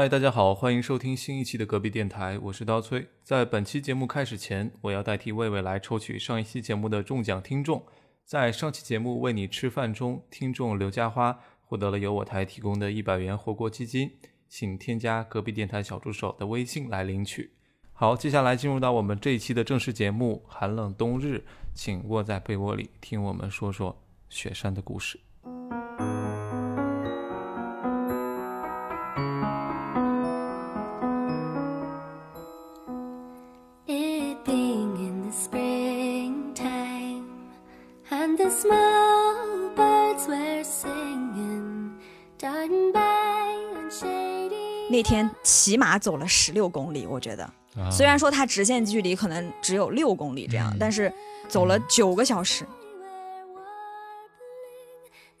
嗨，大家好，欢迎收听新一期的隔壁电台，我是刀崔。在本期节目开始前，我要代替魏魏来抽取上一期节目的中奖听众。在上期节目《为你吃饭》中，听众刘家花获得了由我台提供的一百元火锅基金，请添加隔壁电台小助手的微信来领取。好，接下来进入到我们这一期的正式节目《寒冷冬日》，请窝在被窝里听我们说说雪山的故事。 It being in the springtime, and the small birds were singing, darting by on shady. 那天起码走了十六公里，我觉得，啊虽然说它直线距离可能只有六公里这样，嗯但是走了九个小时。 were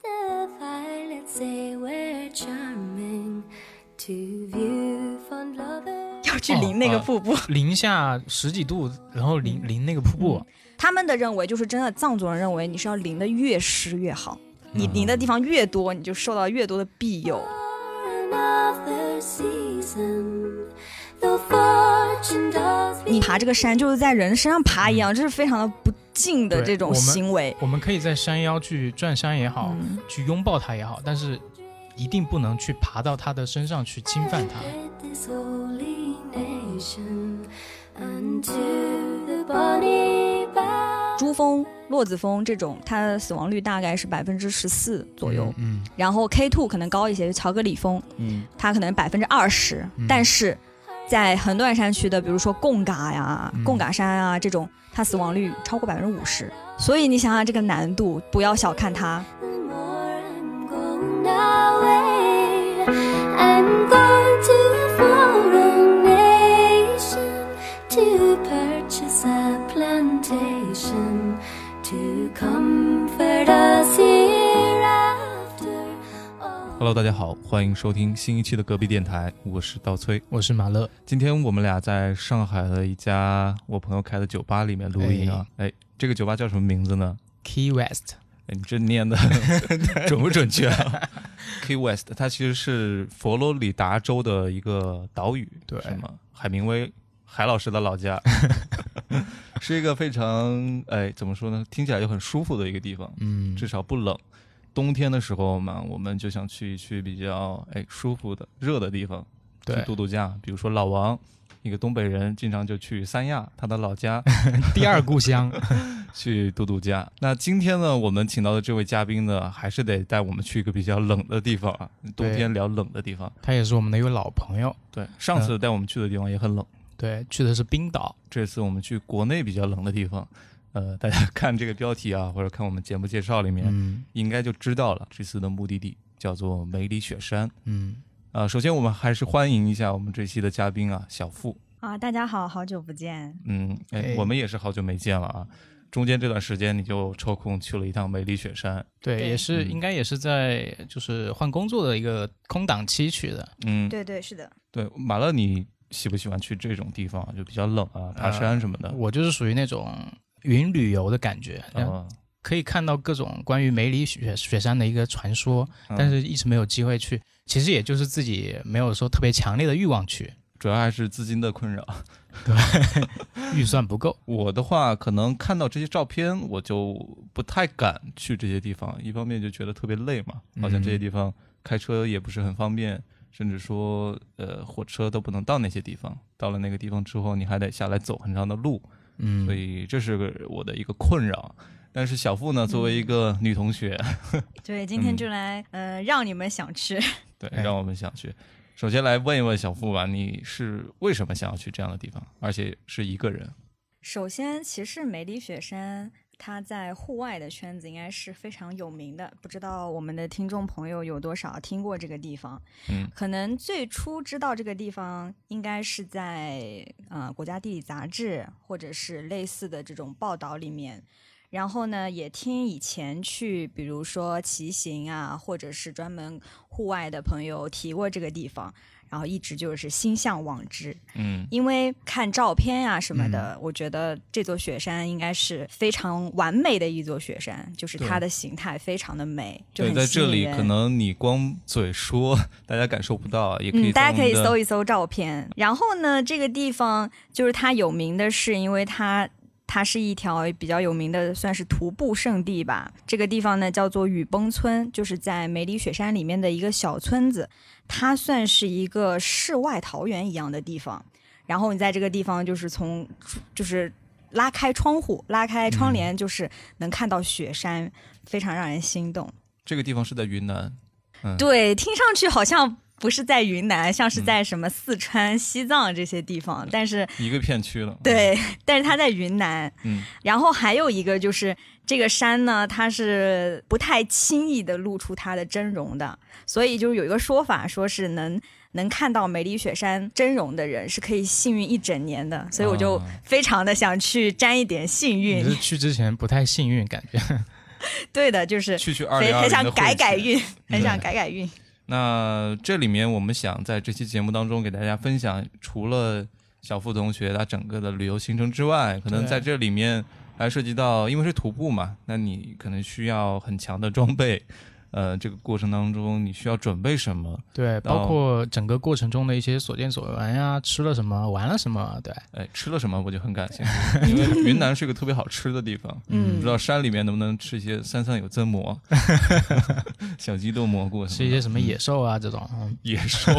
warbling, the violets they were charming to view fond lovers. 要去淋哦那个瀑布， 零下十几度，然后淋淋那个瀑布，他们的认为就是真的藏族人认为你是要淋的越湿越好，嗯你淋的地方越多，你就受到越多的庇佑。 For another season, though fortune does 你爬这个山就是在人身上爬一样，这是非常的不敬的嗯对这种我们哦行为。嗯我们可以在山腰去转山也好，去拥抱它也好，但是一定不能去爬到它的身上去侵犯它。 Led this holy nation unto the bonny bough. 珠峰、落子峰这种，它的死亡率大概是百分之十四左右。嗯，然后 K two 可能高一些，就乔格里峰，嗯，它可能百分之二十，但是在横断山区的，比如说贡嘎呀、贡嘎山啊这种，它死亡率超过百分之五十。所以你想想这个难度，不要小看它。 The more I'm going away, I'm going to a foreign nation to purchase a plantation to comfort us hereafter. Oh, Hello，大家好，欢迎收听新一期的隔壁电台，我是刀崔。我是马乐，今天我们俩在上海的一家我朋友开的酒吧里面录音啊。哎，这个酒吧叫什么名字呢？ Key West，哎你这 念的准不准确啊？Key West，它其实是佛罗里达州的一个岛屿，对是吗？海明威海老师的老 家，是一个非常哎怎么说呢？听起来就很舒服的一个地方，嗯，至少不冷。冬天的时候嘛，我们就想去一去比较哎舒服的热的地方，去对度度假。比如说老王，一个东北人，经常就去三亚，他的老 家第二故 乡，去度度假。那今天呢，我们请到的这位嘉宾呢，还是得带我们去一个比较冷的地方啊，冬天聊冷的地方。他也是我们的一位老朋友，对，上次带我们去的地方也很冷，对，去的是冰岛，这次我们去国内比较冷的地方。呃，大家看这个标题啊，或者看我们节目介绍里面，嗯应该就知道了。这次的目的地叫做梅里雪山。嗯，啊、首先我们还是欢迎一下我们这期的嘉宾啊，小付。啊，大家好，好久不见。嗯，哎哎，我们也是好久没见了啊。中间这段时间，你就抽空去了一趟梅里雪山。对，对也是嗯应该也是在就是换工作的一个空档期去的，嗯，对对，是的，对，马乐，你喜不喜欢去这种地方啊？就比较冷啊，爬呃山什么的。我就是属于那种云旅游的感觉，啊，可以看到各种关于梅里雪雪山的一个传说，嗯但是一直没有机会去。其实也就是自己没有说特别强烈的欲 望去，主要还是资金的困扰。预算不够。我的话，可能看到这些照片，我就不太敢去这些地方。一方面就觉得特别累嘛，好像这嗯些地方开车也不是很方便，甚至说呃火车都不能到那些地方。到了那个地方之后，你还得下来走很长的路，嗯，所以这是个我的一个困扰。但是小付呢，作嗯为一个女同学，对，今天就来，呃，让你们想吃。 对，哎让我们想去。首先来问一问小付吧，你是为什么想要去这样的地方，而且是一个人？首先，其实梅里雪山它在户外的圈子应该是非常有名的，不知道我们的听众朋友有多少听过这个地方。嗯，可能最初知道这个地方应该是在呃国家地理杂志或者是类似的这种报道里面。然后呢，也听以前去，比如说骑行啊，或者是专门户外的朋友提过这个地方。然后一直就是心向往之。嗯因为看照片呀、什么的，我觉得这座雪山应该是非常完美的一座雪山，就是它对的形态非常的美，就对，很在吸这引里人可能你光嘴说，大家感受不到，啊也可以嗯，在我大家可们以的搜一搜照片。然后呢，这个地方就是它有名的是，因为它它是一条比较有名的，算是徒步圣地吧。这个地方呢叫做雨崩村，就是在梅里雪山里面的一个小村子，它算是一个世外桃源一样的地方。然后你在这个地方就是从就是。拉开窗户，拉嗯开窗帘，就是能看到雪山，非常让人心动。这个地方是在云南，对，听上去好像不是在云南，像是在什么四川、西藏这些地嗯方，但是一个片区了。，对， 但是它在云南。嗯，然后还有一个就是这个山呢，它是不太轻易的露出它的真容的，所以就是有一个说法，说是能。能看到梅里雪山真容的人是可以幸运一整年的，所以我就啊非常的想去沾一点幸你运。是去之前不太幸运，感 觉 对的，就是去去二非零二很想的嗯改汇改集。运，很想对改改运。那这里面我们想在这期节目当中给大家分享，除了小付同学他整个的旅游行程之外，可能对在这里面还涉及到，因为是徒步嘛，那你可能需要很强的装备。呃，这个过程当中你需要准备什么？ 对，包括整个过程中的一些所见所闻呀，吃了什么，玩了什么，对，哎，吃了什么我就很感兴趣，因为云南是一个特别好吃的地 方。不嗯知道山里面能不能吃一些山上有蒸馍、 小鸡炖蘑菇什吃么一的些什么野兽啊这种，嗯，野兽。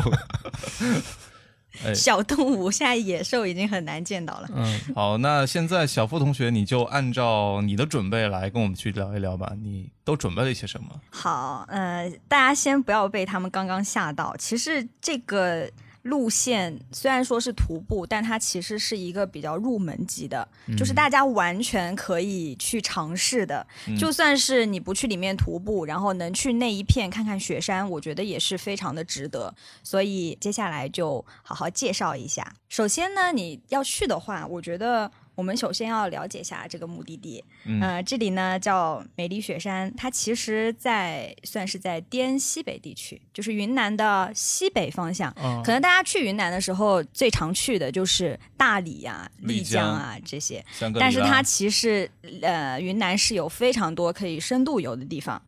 哎，小动物现在野兽已经很难见到了。嗯 好，那现在小付同学，你就按照你的准备来跟我们去聊一聊吧。你都准备了一些什么？好，呃，大家先不要被他们刚刚吓到。其实这个路线虽然说是徒步，但它其实是一个比较入门级的，就是大家完全可以去尝试的。就算是你不去里面徒步，然后能去那一片看看雪山，我觉得也是非常的值得。所以接下来就好好介绍一下。首先呢，你要去的话，我觉得我们首先要了解一下这个目的地。嗯呃，这里呢叫美丽雪山，它其实在算是在滇西北地区，就是云南的西北方向。嗯可能大家去云南的时候，最常去的就是大理呀、丽丽江啊这些。香格里拉但是它其实呃，云南是有非常多可以深度游的地方。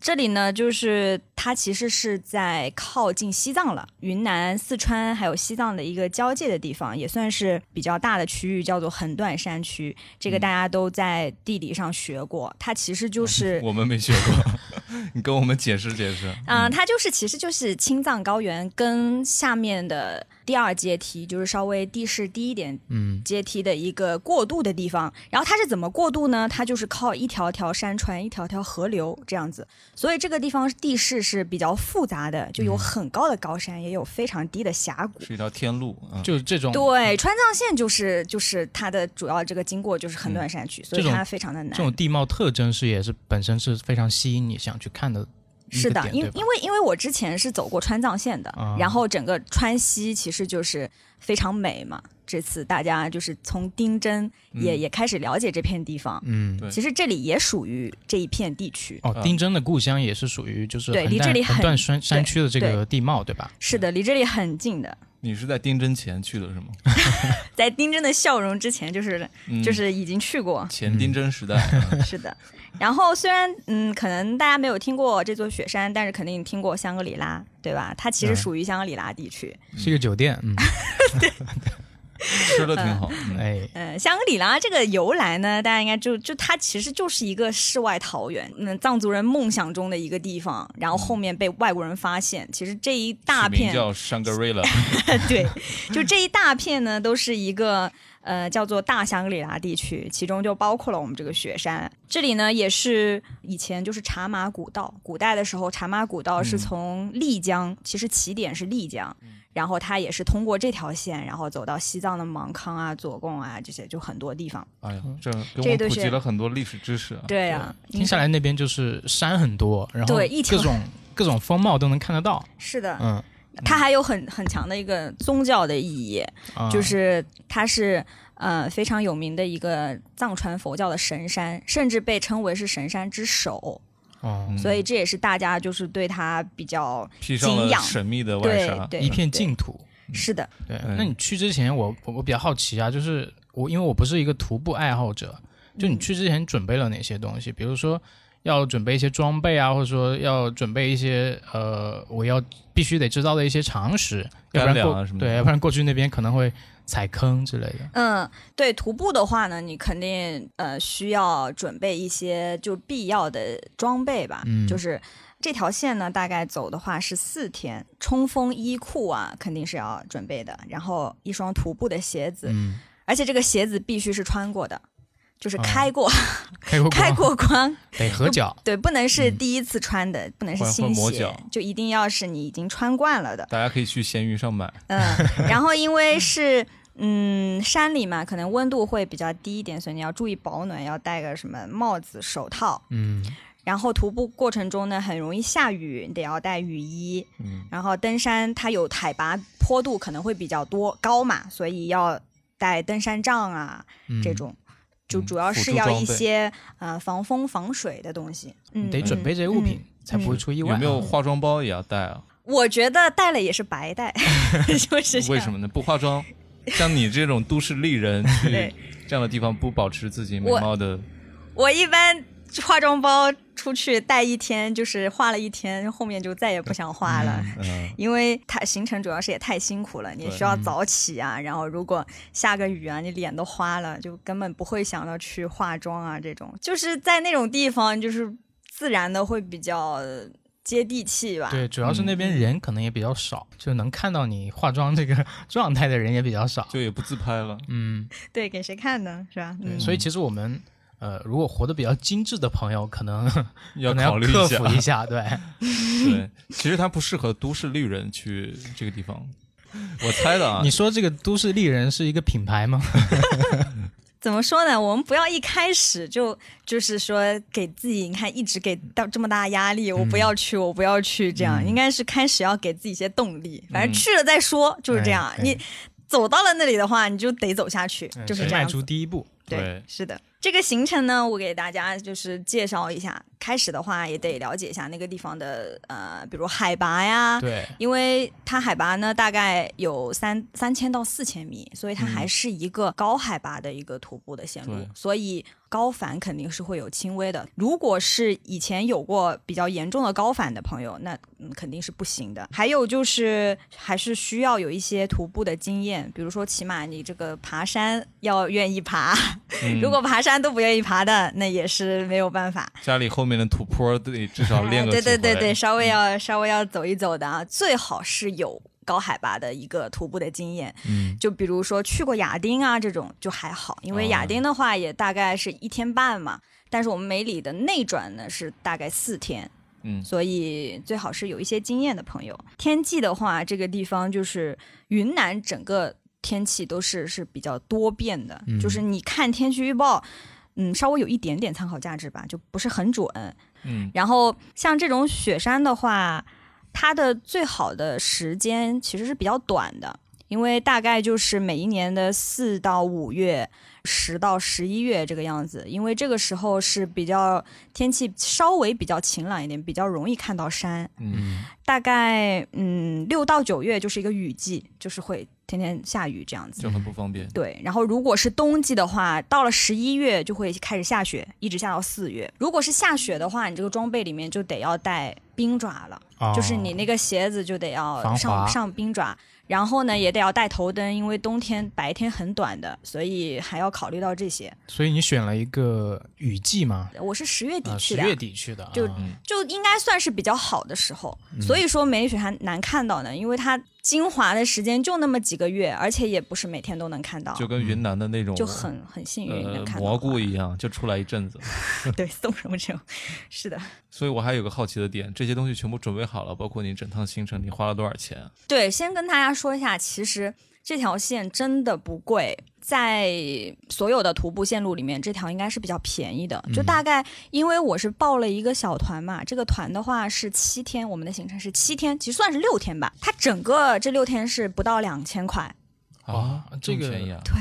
这里呢，就是它其实是在靠近西藏了，云南、四川还有西藏的一个交界的地方，也算是比较大的区域，叫做横断山区。这个大家都在地理上学过，它其实就是。我们没学过， 你跟我们解释解释。嗯、它就是其实就是青藏高原跟下面的第二阶梯，就是稍微地势低一点嗯阶梯的一个过渡的地方。然后它是怎么过渡呢？它就是靠一条条山川、一条条河流这样子。所以这个地方地势是比较复杂的，就有嗯很高的高山，也有非常低的峡谷。是一条天路啊，就是这种嗯对，川藏线就是就是它的主要这个经过就是横断山区，所以嗯这种它非常的难。这种地貌特征是也是本身是非常吸引你想去看的一个是的，点因对吧因为因为我之前是走过川藏线的，啊然后整个川西其实就是非常美嘛。这次大家就是从丁真也、也开始了解这片地方，嗯对其实这里也属于这一片地区。嗯哦，丁真的故乡也是属于就是对横离这断里横很断山山区的这对个地貌对吧？是的，离这里很近的。你是在丁真前去的是吗？在丁真的笑容之前，就是、嗯，就是已经去过前丁真时代。嗯是的。然后虽然嗯，可能大家没有听过这座雪山，但是肯定听过香格里拉，对吧？它其实嗯属于香格里拉地区。是一个酒店，嗯，吃的挺 好，嗯哎，嗯，香格里拉这个由来呢，大家应该就就它其实就是一个世外桃源，嗯，藏族人梦想中的一个地方，然后后面被外国人发现，其实这一取大嗯名片叫 Shangri-La， 对，就这一大片呢，都是一个呃叫做大香格里拉地区，其中就包括了我们这个雪山。这里呢，也是以前就是茶马古道，古代的时候茶马古道嗯是从丽江，其实起点是丽江，然后它也是通过这条线，然后走到西藏的芒康啊、左贡啊这些，就很多地方。哎呀，嗯这给我这们对普是及了很多历史知识啊。对啊，听下来那边就是山很多，然后对一条各 种各种风貌都能看得到，是的，嗯，它还有很很强的一个宗教的意义。啊就是它是呃非常有名的一个藏传佛教的神山，甚至被称为是神山之首。哦，所以这也是大家就是对他比较披上敬了仰神秘的外对纱，对一嗯片净土。是的，对嗯，那你去之前我，我我比较好奇啊，就是我因为我不是一个徒步爱好者，嗯就你去之前准备了哪些东西？比如说要准备一些装备啊，或者说要准备一些呃，我要必须得知道的一些常识，要干不然粮啊过什么的对，要不然过去那边可能会踩坑之类的。嗯，对，徒步的话呢，你肯定呃需要准备一些就必要的装备吧，嗯就是。这条线呢，大概走的话是四天，冲锋衣裤啊肯定是要准备的，然后一双徒步的鞋子，嗯，而且这个鞋子必须是穿过的，就是哦开过、 开过开光过光，得合脚，对，不能是嗯第一次穿的，不能是会会新磨鞋脚，就一定要是你已经穿惯了的。大家可以去闲鱼上买。 嗯，然后因为是嗯山里嘛，可能温度会比较低一点，所以你要注意保暖，要戴个什么帽子、手套。嗯，然后徒步过程中呢，很容易下雨，你得要带雨衣。嗯，然后登山它有海拔坡度可能会比较多高嘛，所以要带登山杖啊嗯这种。就嗯主要辅是助要装一备些呃防风防水的东西，嗯，你得准嗯备这些物品，才不会出意外、有啊。没有化妆包也要带啊？我觉得带了也是白带， 就是啊这为样什么呢？不化妆，像你这种都市丽人去对这样的地方，不保持自己美我貌的，我一般化妆包出去带一天，就是化了一天，后面就再也不想化了。嗯，因为它行程主要是也太辛苦了，你也对需要早起啊，然后如果下个雨啊，你脸都花了，就根本不会想到去化妆啊这种。就是在那种地方，就是自然的会比较接地气吧。对，主要是那嗯边人可能也比较少，就能看到你化妆这个 状态的人也比较少。就也不自拍了。嗯，对，给谁看呢？是吧？对嗯，所以其实我们呃，如果活得比较精致的朋友，可能 要嗯可能考虑克一下服，一 下，对，对，其实它不适合都市丽人去这个地方，我猜的啊 你。说这个都市丽人是一个品牌吗？怎么说呢？我们不要一开始就就是说给自己，你看一直给到这么大压力，我不嗯要去，我不要去，这样、应该是开始要给自己一些动力。反正去了再说，就是这样。嗯哎你走到了那里的话，你就得走下去，哎就是先这迈样出子。第一步。对是的。这个行程呢，我给大家就是介绍一下。开始的话，也得了解一下那个地方的呃，比如海拔呀，对，因为它海拔呢大概有三三千到四千米，所以它还是一个高海拔的一个徒步的线路，嗯对所以高反肯定是会有轻微的。如果是以前有过比较严重的高反的朋友，那嗯肯定是不行的。还有就是还是需要有一些徒步的经验，比如说起码你这个爬山要愿意爬，嗯如果爬山都不愿意爬的，那也是没有办法。家里后面的土坡得至少练个 嗯对对几对回对，，稍微要、稍微要走一走的啊，最好是有高海拔的一个徒步的经验，嗯，哦就比如说去过亚丁啊这种就还好，因为亚丁的话也大概是一天半嘛，但是我们梅里的内转呢是大概四天，嗯所以最好是有一些经验的朋友。天气的话，这个地方就是云南整个天气都是是比较多变的，嗯就是你看天气预报，嗯，稍微有一点点参考价值吧，就不是很准，嗯，然后像这种雪山的话，它的最好的时间其实是比较短的，因为大概就是每一年的四到五月、十到十一月这个样子，因为这个时候是比较天气稍微比较晴朗一点，比较容易看到山。嗯，大概嗯六到九月就是一个雨季，就是会天天下雨这样子。就很不方便。对，然后如果是冬季的话，到了十一月就会开始下雪，一直下到四月。如果是下雪的话，你这个装备里面就得要带冰爪了，哦就是你那个鞋子就得要防滑上上冰爪，然后呢也得要带头灯，因为冬天白天很短的，所以还要考虑到这些。所以你选了一个雨季嘛，我是十月底啊，去十的，月底去的啊，就就应该算是比较好的时候，嗯所以说梅雪还难看到呢，因为它精华的时间就那么几个月，而且也不是每天都能看到，就跟云南的那种就很很幸运能呃看到蘑花菇一样，就出来一阵子。对，送什么这种？是的，所以我还有个好奇的点，这些东西全部准备好了，包括你整趟行程，你花了多少钱？对，先跟大家说一下，其实这条线真的不贵，在所有的徒步线路里面，这条应该是比较便宜的，就大概因为我是报了一个小团嘛，这个团的话是七天，我们的行程是七天，其实算是六天吧，它整个这六天是不到两千块，啊这么个便宜啊，对，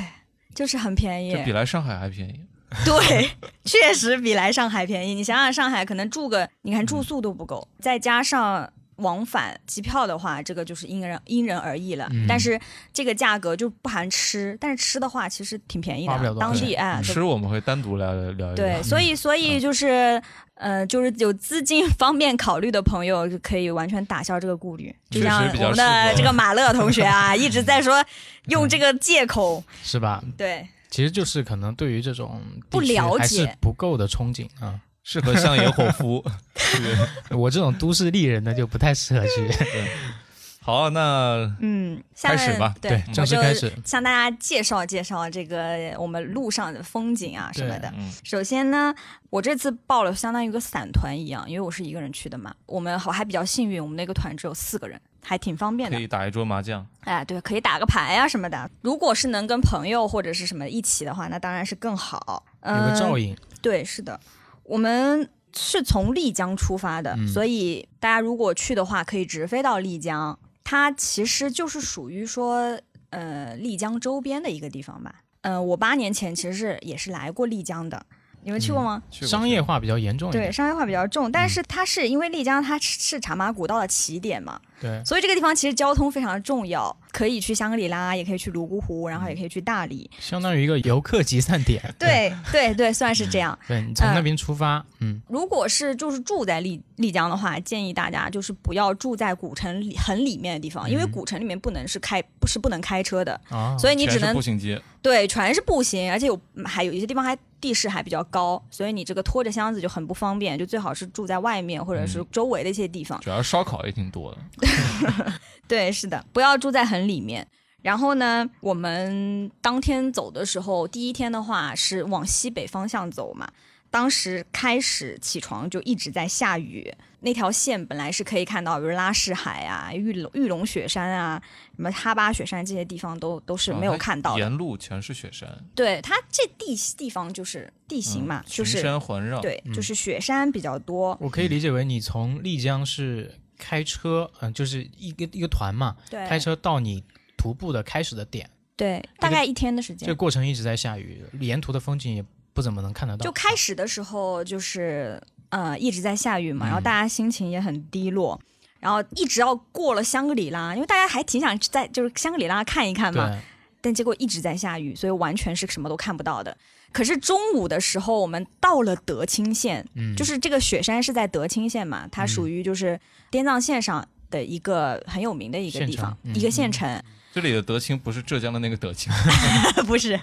就是很便宜这。比来上海还便宜。 对，确实比来上海便宜。你想想，上海可能住个，你看嗯住宿都不够，再加上往返机票的话，这个就是因人因人而异了。嗯但是这个价格就不含吃，但是吃的话其实挺便宜花不了的，嗯多少当地钱哎，对吃我们会单独聊聊一聊。对，所以所以就是，呃，就是有资金 方面考虑的朋友，就可以完全打消这个顾虑。确就实像比我较们适的合这个马乐同学 啊，一直在说嗯用这个借口，是吧？对，其实就是可能对于这种地不区了还是解不够的憧憬啊。适合乡野 伙夫。我这种都市丽人呢，就不太适合去。好，那嗯，下开始面吧对我正式就开始向大家介绍介绍这个我们路上的风景啊什么对的。嗯首先呢，我这次报了相当于一个散团一样，因为我是一个人去的嘛。我们我还比较幸运，我们那个团只有四个人，还挺方便的可。以打一桌麻将，哎，对，可以打个牌啊什么的。如果是能跟朋友或者是什么一起的话，那当然是更好。有嗯、个照应，对，是的，我们是从丽江出发的，嗯所以大家如果去的话，可以直飞到丽江。它其实就是属于说，呃，丽江周边的一个地方吧。嗯，我八年前其实是也是来过丽江的，你们去过吗？去过商业化比较嗯严重一对，点。嗯商业化比较重，但是它是因为丽江它是茶马古道的起点嘛，对，所以这个地方其实交通非常重要，可以去香格里拉，也可以去泸沽湖，然后也可以去大 理。相当于一个游客集 散点。对对对，算是这样。对，你从那边出发，嗯，如果是就是住在丽丽江的话，建议大家就是不要住在古城里很里面的地方，因为古城里面不能是开不是不能开车的，啊，所以你嗯全只是能步行街，对全是步行，而且有还有一些地方还地势还比较高，所以你这个拖着箱子就很不方便，就最好是住在外面或者是嗯周围的一些地方。主要烧烤也挺多的。对，是的，不要住在很里面。然后呢，我们当天走的时候，第一天的话是往西北方向走嘛。当时开始起床就一直在下雨，那条线本来是可以看到，比如拉市海啊、玉龙玉龙雪山啊、什么哈巴雪山这些地方都都是哦啊没有它看到的。沿路全是雪山，嗯对，它这地地方就是地形嗯嘛，就群是山环啊绕。，对，就是雪山比较多。我可以理解为你从丽江是开车，嗯、就是一个一个团嘛，对，开车到你徒步的开始的点，对，大概一天的时间。这个过程一直在下雨，沿途的风景也不怎么能看得到。就开始的时候就是呃一直在下雨嘛，嗯然后大家心情也很低落，然后一直要过了香格里拉，因为大家还挺想在就是香格里拉看一看嘛，对，但结果一直在下雨，所以完全是什么都看不到的。可是中午的时候，我们到了德钦县，嗯，就是这个雪山是在德钦县嘛，它属于就是滇藏线上的一个很有名的一个地方，县城嗯一个县城，这里的德清不是浙江的那个德清，嗯不是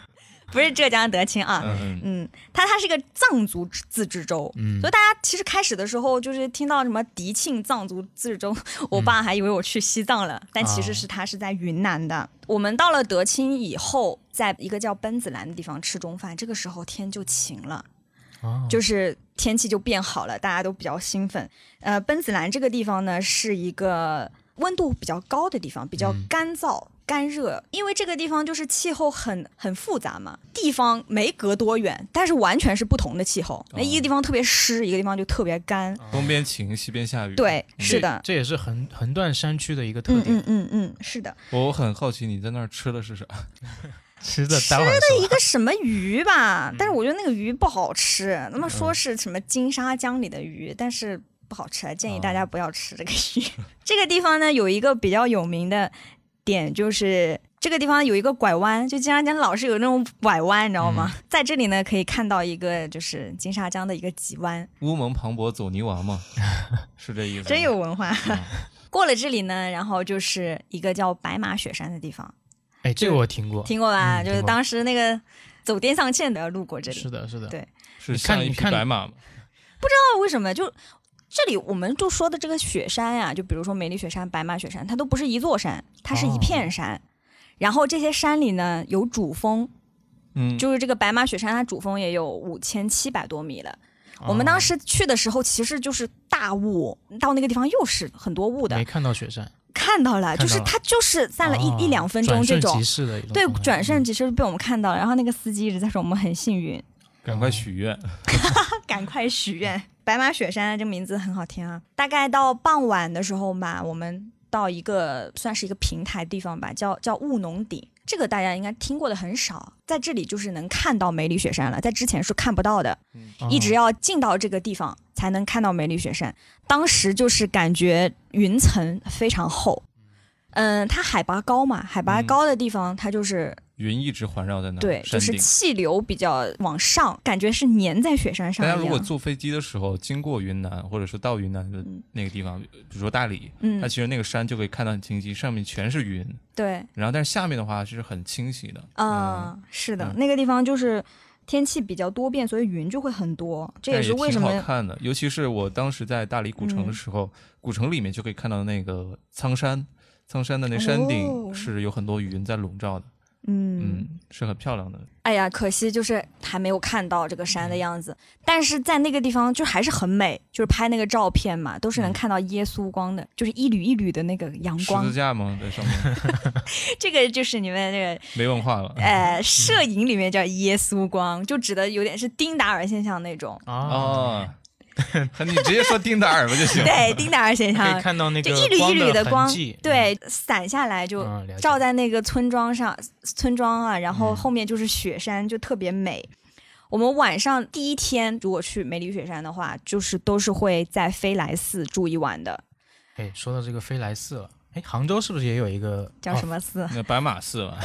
不是浙江德钦啊，嗯， 嗯嗯，它它是一个藏族自治州，嗯所以大家其实开始的时候就是听到什么迪庆藏族自治州，我嗯爸还以为我去西藏了，但其实啊是他是在云南的。我们到了德钦以后，在一个叫奔子栏的地方吃中饭，这个时候天就晴了。哦就是天气就变好了，大家都比较兴奋。呃，奔子栏这个地方呢，是一个温度比较高的地方，比较干燥、干热，因为这个地方就是气候很很复杂嘛，地方没隔多远，但是完全是不同的气候。那、一个地方特别湿，一个地方就特别干。东边晴，西边下雨。嗯对，是这的，这也是横横断山区的一个特嗯点。嗯嗯嗯，是的。我很好奇你在那儿吃的是啥？吃的待会儿一个什么鱼吧，嗯但是我觉得那个鱼不好吃。那么说是什么金沙江里的鱼，但是不好吃，啊建议大嗯家不要吃这个鱼。 这个地方呢有一个比较有名的点，就是这个地方有一个拐弯，就金沙江老是有那种拐弯，你知道吗？嗯在这里呢可以看到一个就是金沙江的一个急弯，乌蒙磅礴走泥娃吗？ 是这意思吗？真有文化。嗯 过了这里呢，然后就是一个叫白马雪山的地方，哎，这个我听过，听过吧？嗯就是听过当时那个走滇藏线的要路过这里，是的，是的，对是你看像一你匹看白马吗？道为什么就这里我们就说的这个雪山呀、就比如说梅里雪山、白马雪山，它都不是一座山，它是一哦片山。然后这些山里呢有主峰，嗯，就是这个白马雪山，它主峰也有五千七百多米了。哦我们当时去的时候，其实就是大雾，到那个地方又是很多雾的哦没，看到雪山，看到了，看到就是它就是散了一、哦一两分钟这转瞬种即，逝嗯的一种对状态，转瞬即逝被我们看到了。然后那个司机一直在说我们很幸运，赶快许愿。赶快 许愿。白马雪山这名字很好听啊！大概到傍晚的时候吧，我们到一个算是一个平台地方吧，叫叫雾农顶。这个大家应该听过的很少，在这里就是能看到梅里雪山了，在之前是看不到的。哦嗯一直要进到这个地方才能看到梅里雪山。当时就是感觉云层非常厚，嗯，它海拔高嘛，海拔嗯高的地方它就是、云一直环绕在那儿，对，就山是顶。气流比较往上，感觉是粘在雪山上大一家样。如果坐飞机的时候经过云南，或者说到云南的嗯那个地方，比如说大理，它嗯，其实那个山就可以看得很清晰，上面全是云，对，然后但是下面的话是很清晰的。啊、是的，嗯那个地方就是。天气比较多变，所以云就会很多，这但也是为什挺么嗯好看的，尤其是我当时在大理古城的时候，古城里面就可以看到那个苍山，苍山的那山哦顶是有很多云在笼罩的，嗯嗯，是很漂亮的。哎呀，可惜就是还没有看到这个山的样子，但是在那个地方就还是很美，就是拍那个照片嘛，都是能看到耶稣光的，就是一缕一缕的那个阳十光字。架吗？在上面 这个就是你 们那个没文化 了。呃摄影里面叫耶稣光，就指的有点是丁达尔现象那种。啊，哦， 你直接说丁达尔吧就行。 对，丁达尔现可以象，看到那啊就个一缕一缕的光痕迹，，对，散下来就嗯了解照在那个村庄上，村庄啊，然嗯后后面就是雪山，就特别美。我们晚上第一天如果去梅里雪山的话，就是都是会在飞来寺住一晚的，哎，说到这个飞来寺了，哎，杭州是不是也有一个哦叫什么么寺？ 那白马寺吧，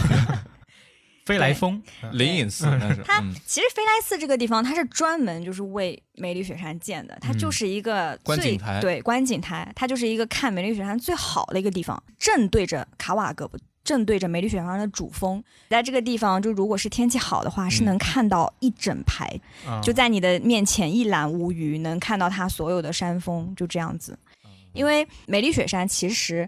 飞来峰？嗯灵隐寺那 是。它嗯，其实飞来寺这个地方，它是专门就是为梅里雪山建的，它就是一个最、嗯观景台对观景台，它就是一个看梅里雪山最好的一个地方，正对着卡瓦格不。正对着梅里雪山的主峰，在这个地方，就如果是天气好的话，嗯是能看到一整排，啊就在你的面前一览无余，能看到它所有的山峰，就这样子。嗯因为梅里雪山其实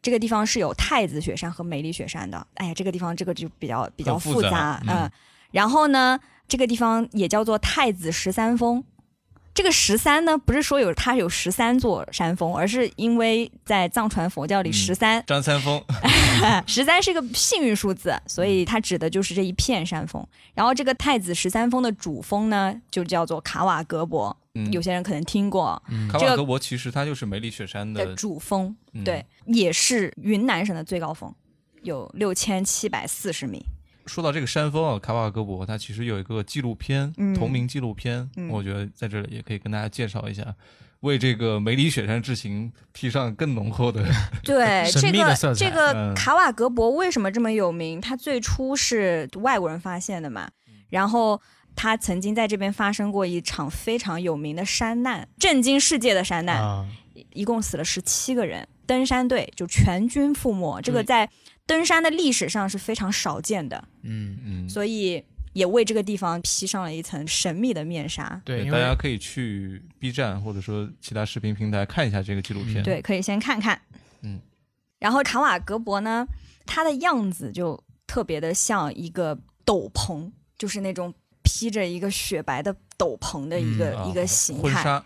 这个地方是有太子雪山和梅里雪山的，哎呀，这个地方这个就比较比较很复复杂杂，嗯嗯然后呢，这个地方也叫做太子十三峰。这个十三呢，不是说有它有十三座山峰，而是因为在藏传佛教里，嗯十三张三丰， 十三是个幸运数字，所以它指的就是这一片山峰。然后这个太子十三峰的主峰呢，就叫做卡瓦格博，嗯有些人可能听过嗯卡这瓦个格博其实它就是梅里雪山的的，主峰，嗯对，也是云南省的最高峰，有六千七百四十 米。说到这个山峰啊，卡瓦格博它其实有一个纪录片，嗯同名纪录片，嗯我觉得在这里也可以跟大家介绍一下，为这个梅里雪山之行披上更浓厚的对，神这秘的个色彩这个嗯卡瓦格博为什么这么有名？它最初是外国人发现的嘛，嗯然后。它曾经在这边发生过一场非常有名的山难，震惊世界的山难。啊，一共死了十七个人，登山队就全军覆没，嗯这个在登山的历史上是非常少见的，嗯，嗯，所以也为这个地方披上了一层神秘的面纱。对，因大家为可以去 B 站或者说其他视频平台看一下这个纪录片。嗯对，可以先看看。嗯，然后卡瓦格博呢，它的样子就特别的像一个斗篷，就是那种披着一个雪白的斗篷的一个、啊一个形婚态， 纱，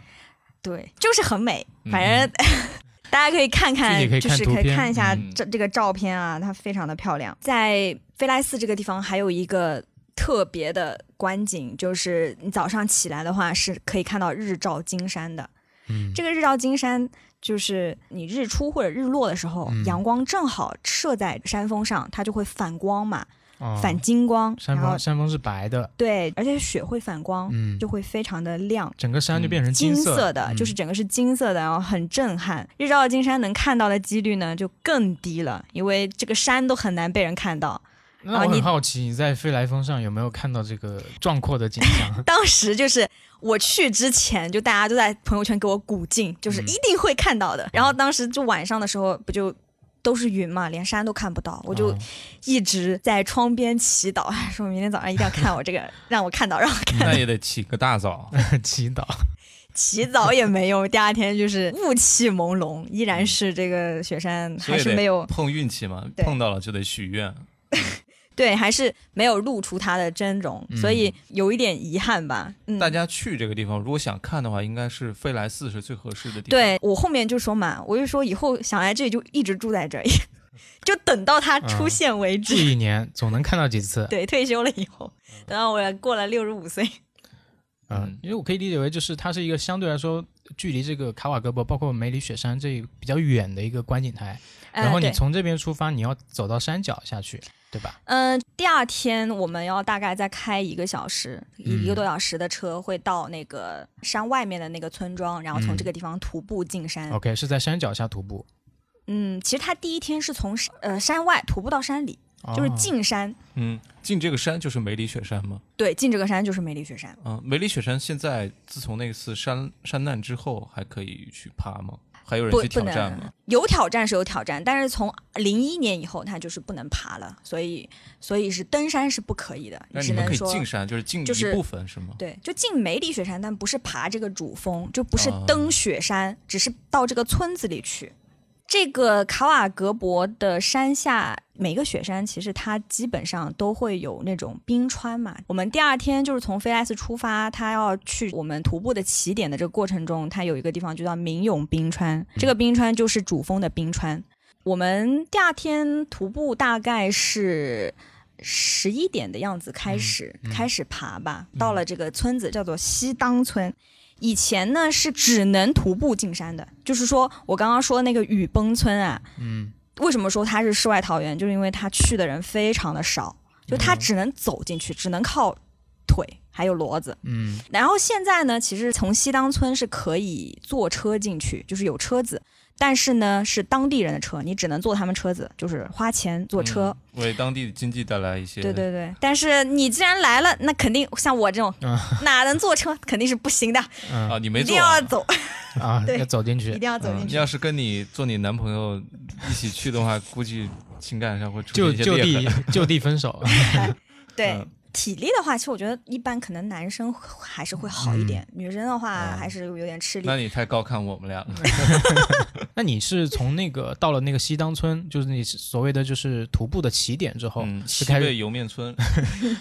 对，就是很美。嗯反正、 大家可以看看自己可，以就看是图可以片看一下嗯这、这个照片啊，它非常的漂亮。在飞来寺这个地方还有一个特别的观景，就是你早上起来的话是可以看到日照金山的。嗯这个日照金山就是你日出或者日落的时候，嗯阳光正好射在山峰上，它就会反光嘛，啊反金光，山然后峰山峰是白的，对，而且雪会反光，嗯就会非常的亮。整个山就变成金色的，嗯就是整个是金色的，然后很震撼。日照金山能看到的几率呢就更低了，因为这个山都很难被人看到。那啊我你？很好奇，你在飞来峰上有没有看到这个壮阔的景象当时就是我去之前，就大家都在朋友圈给我鼓劲，就是一定会看到的。然后当时就晚上的时候，不就都是云嘛，连山都看不 到，我就啊一直在窗边祈祷，哎说明天早上一定要看我这个，让我看到，让我看到那也得起个大 早。祈祷， 洗澡也没用，第二天就是雾气朦胧，依然是这个雪山所还以是得没有碰运气嘛，对嗯碰到了就得许愿。对，还是没有露出它的真容，所嗯以有一点遗憾吧。嗯，大家去这个地方，如果想看的话，应该是飞来寺是最合适的地方。，对我后面就说嘛，我就说以后想来这里就一直住在这里， 就等到它啊出现为这止。一年总能看到几次。 对，退休了以后，等到我过了六十五岁，嗯，因为我可以理解为就是它是一个相对来说距离这个卡瓦格博包括梅里雪山这一比较远的一个观景台，呃然后你对从这边出发，你要走到山脚下去，对吧？嗯，第二天我们要大概再开一个小时，嗯一一个多小时的车，会到那个山外面的那个村庄，然后从这个地方徒步进山。嗯 OK，是在山脚下徒步，嗯，其实他第一天是从山呃山外徒步到山里，就是哦进山。嗯，进这个山就是梅里雪山吗？对，进这个山就是梅里雪山，嗯，梅里雪山现在自从那次山山难之后，还可以去爬吗？还有人不去不挑战能吗？有挑战是有挑战，但是从零一年以后，它就是不能爬了，所以所以是登山是不可以的，那只你们能可以说进山，就是进就一是部分是吗？对，就进梅里雪山，但不是爬这个主峰，就不是哦登雪山，只是到这个村子里去。这个卡瓦格博的山下，每个雪山其实它基本上都会有那种冰川嘛。我们第二天就是从菲莱斯出发，它要去我们徒步的起点的这个过程中，它有一个地方就叫明永冰川，这个冰川就是主峰的冰川。我们第二天徒步大概是十一点的样子开始、开始爬吧，到了这个村子叫做西当村。以前呢是只能徒步进山的，就是说我刚刚说那个雨崩村啊，嗯，为什么说它是世外桃源，就是因为它去的人非常的少，就它只能走进去，只能靠腿还有骡子。嗯，然后现在呢，其实从西当村是可以坐车进去，就是有车子，但是呢是当地人的车，你只能坐他们车子，就是花钱坐车。嗯，为当地经济带来一些对对对，但是你既然来了，那肯定像我这种、哪能坐车，肯定是不行的，啊，你没一做定啊、嗯要走，啊，对要走进一去，定要走进你去。要是跟你做你男朋友一起去的话，估计情感上会出就现一些就裂地痕。就地 分手，对、嗯体力的话，其实我觉得一般可能男生还是会好一点，女生的话还是有点吃力。嗯哦那你太高看我们俩了。那你是从那个到了那个西当村，就是你所谓的就是徒步的起点之后，嗯，哦就西开贝始莜面村，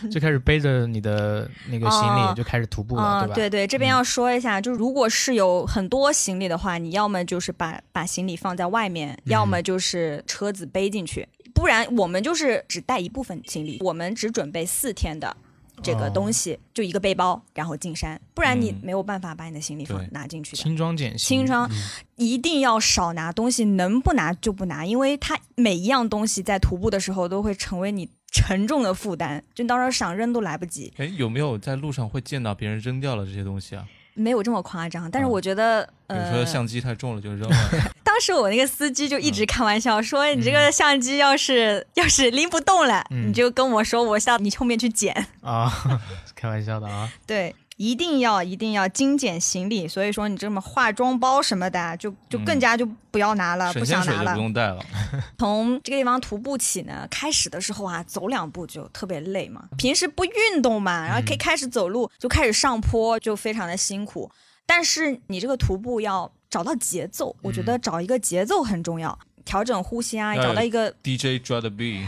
就开始背着你的那个行李、哦就开始徒步了，嗯，吧？对对，这边要说一下，就是如果是有很多行李的话，你要么就是把把行李放在外面，要嗯么就是车子背进去，不然我们就是只带一部分行李，我们只准备四天的这个东西，就一个背包，然后进山，不然你哦嗯没有办法把你的行李放、对拿进去的。轻装简行，嗯轻装一定要少拿东西，能不拿就不拿，因为它每一样东西在徒步的时候都会成为你沉重的负担，就你到时候想扔都来不及。哎，有没有在路上会见到别人扔掉了这些东西啊？没有这么夸张，但是嗯我觉得，比如说呃，相机太重了就 扔了，当时我那个司机就一直开玩笑说：“你这个相机要是、要是拎不动了，嗯你就跟我说，我到你后面去捡。啊， 开玩笑的啊，”对。一定要一定要精简行李，所以说你这么化妆包什么的，就就更加就不要拿了，神不仙嗯想水拿就了不。用带了。从这个地方徒步起呢，开始的时候啊，走两步就特别累嘛，平时不运动嘛，然后可以开始走路，就开始上坡，就非常的辛苦。但是你这个徒步要找到节奏，我觉得找一个节奏很重要，调整呼吸啊，要有找到一个 DJ d r a the B，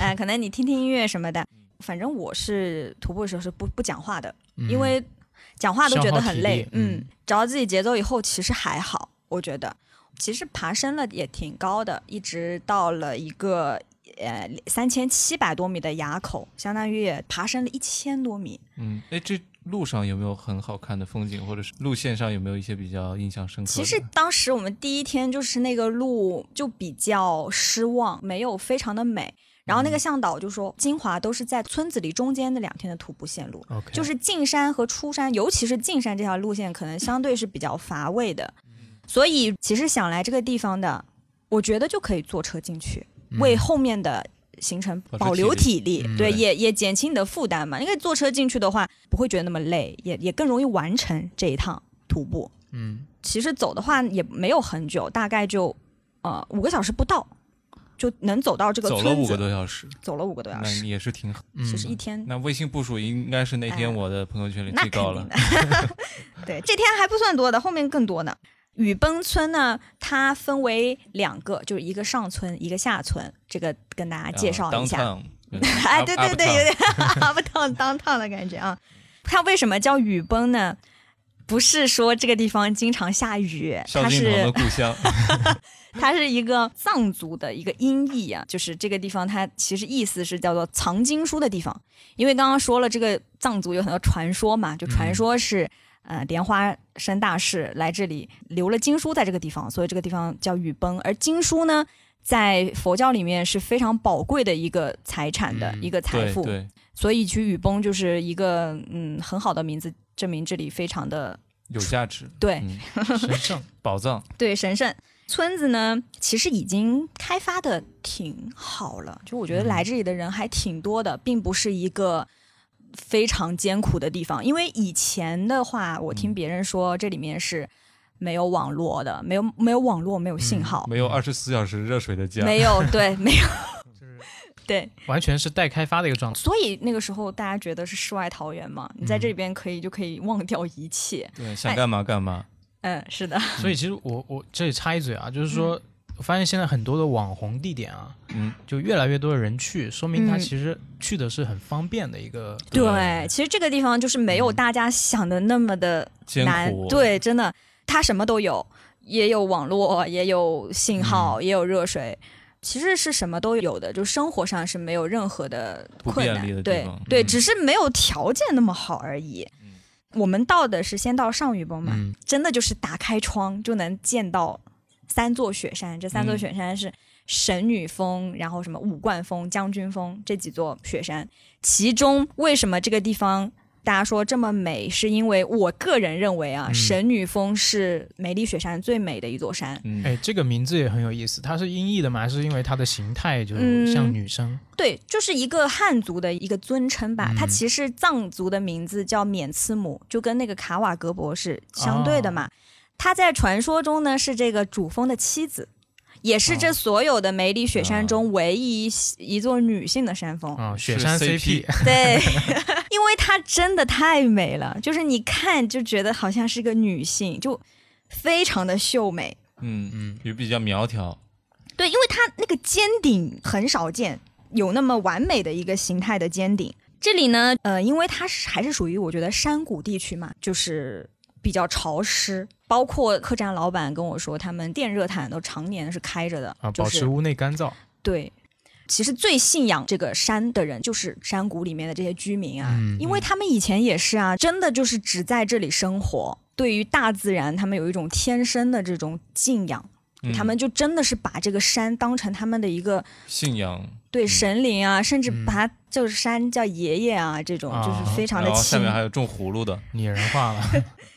哎，可能你听听音乐什么的。反正我是徒步的时候是不不讲话的，因为讲话都觉得很嗯消累耗体力。嗯，找到自己节奏以后，其实还好，我觉得。其实爬升了也挺高的，一直到了一个呃三千七百多米的垭口，相当于也爬升了一千多米。嗯，哎，这路上有没有很好看的风景，或者是路线上有没有一些比较印象深刻的？其实当时我们第一天就是那个路就比较失望，没有非常的美。然后那个向导就说，金华都是在村子里中间那两天的徒步线路 OK 就是进山和出山，尤其是进山这条路线，可能相对是比较乏味的。嗯所以其实想来这个地方的，我觉得就可以坐车进去，为后面的行程嗯保持保留体体力，嗯对，对也也减轻你的负担嘛。因为坐车进去的话，不会觉得那么累，也也更容易完成这一趟徒步。嗯，其实走的话也没有很久，大概就呃五个小时不到，就能走到这个走村了子。啊五个多小时，走了五个多小那时，也是挺好。嗯其实一天。那微信步数应该是那哎天我的朋友圈里那最肯高定了的。， 对，这天还不算多的，后面更多呢。雨崩村呢，它分为两个，就是一个上村，一个下村，这个跟大家介绍一下。 啊 downtown，哎，对对对， uptown 有点 up 当当烫的感觉啊。它为什么叫雨崩呢？不是说这个地方经常下雨， 萧它敬腾的是故乡，它是一个藏族的一个音译啊，就是这个地方它其实意思是叫做藏经书的地方，因为刚刚说了这个藏族有很多传说嘛，就嗯传说是、呃莲花生大士来这里留了经书在这个地方，所以这个地方叫雨崩，而经书呢。在佛教里面是非常宝贵的一个财产的、嗯一个财对富，对，所以去雨崩就是一个嗯很好的名字，证明这里非常的有价值， 对、嗯，神圣，宝藏，对神圣。村子呢，其实已经开发的挺好了，就我觉得嗯来这里的人还挺多的，并不是一个非常艰苦的地方。因为以前的话，我嗯听别人说这里面是没有网络的，没有没有网络，没有信号，嗯没有二十四小时热水的家，没有对没 有对，完全是待开发的一个状态。所以那个时候大家觉得是世外桃源嘛，你在嗯这里边可以就可以忘掉一切。对，想干嘛干嘛，嗯，是的，所以其实我我这里插一嘴啊，就是嗯说，我发现现在很多的网红地点啊，嗯，就越来越多的人去，说明他嗯其实去的是很方便的一个。对，其实这个地方就是没嗯有大家想的那么的艰难苦，，对，真的，它什么都有，也有网络，也有信号，嗯也有热水，其实是什么都有的，就生活上是没有任何的不困便难利的，地对方对，嗯只是没有条件那么好而已。我们到的是先到上虞崩嘛，嗯真的就是打开窗就能见到三座雪山，这三座雪山是神女峰，然后什么武冠峰、将军峰这几座雪山，其中为什么这个地方？大家说这么美，是因为我个人认为啊，神女峰是梅里雪山最美的一座山。嗯，哎，这个名字也很有意思，它是音译的吗？还是因为它的形态就嗯像女生？对，就是一个汉族的一个尊称吧。嗯它其实藏族的名字叫缅刺姆，就跟那个卡瓦格博是相对的嘛。他在传说中呢是这个主峰的妻子，也是这所有的梅里雪山中唯一一一座女性的山峰。啊、雪是山 CP 对， 因为她真的太美了，就是你看就觉得好像是个女性，就非常的秀美。嗯嗯嗯，也比较苗条，对，因为它那个尖顶很少见，有那么完美的一个形态的尖顶。这里呢，呃，因为它是还是属于我觉得山谷地区嘛，就是比较潮湿。包括客栈老板跟我说，他们电热毯都常年是开着的，啊，就保是持屋内干燥。对。其实最信仰这个山的人，就是山谷里面的这些居民啊，嗯因为他们以前也是啊，真的就是只在这里生活，对于大自然，他们有一种天生的这种敬仰，嗯他们就真的是把这个山当成他们的一个信仰，对神灵嗯啊，甚至把它就是山叫爷爷啊，这种啊就是非常然的后嗯哦下亲面。还有种葫芦的，拟人化 了，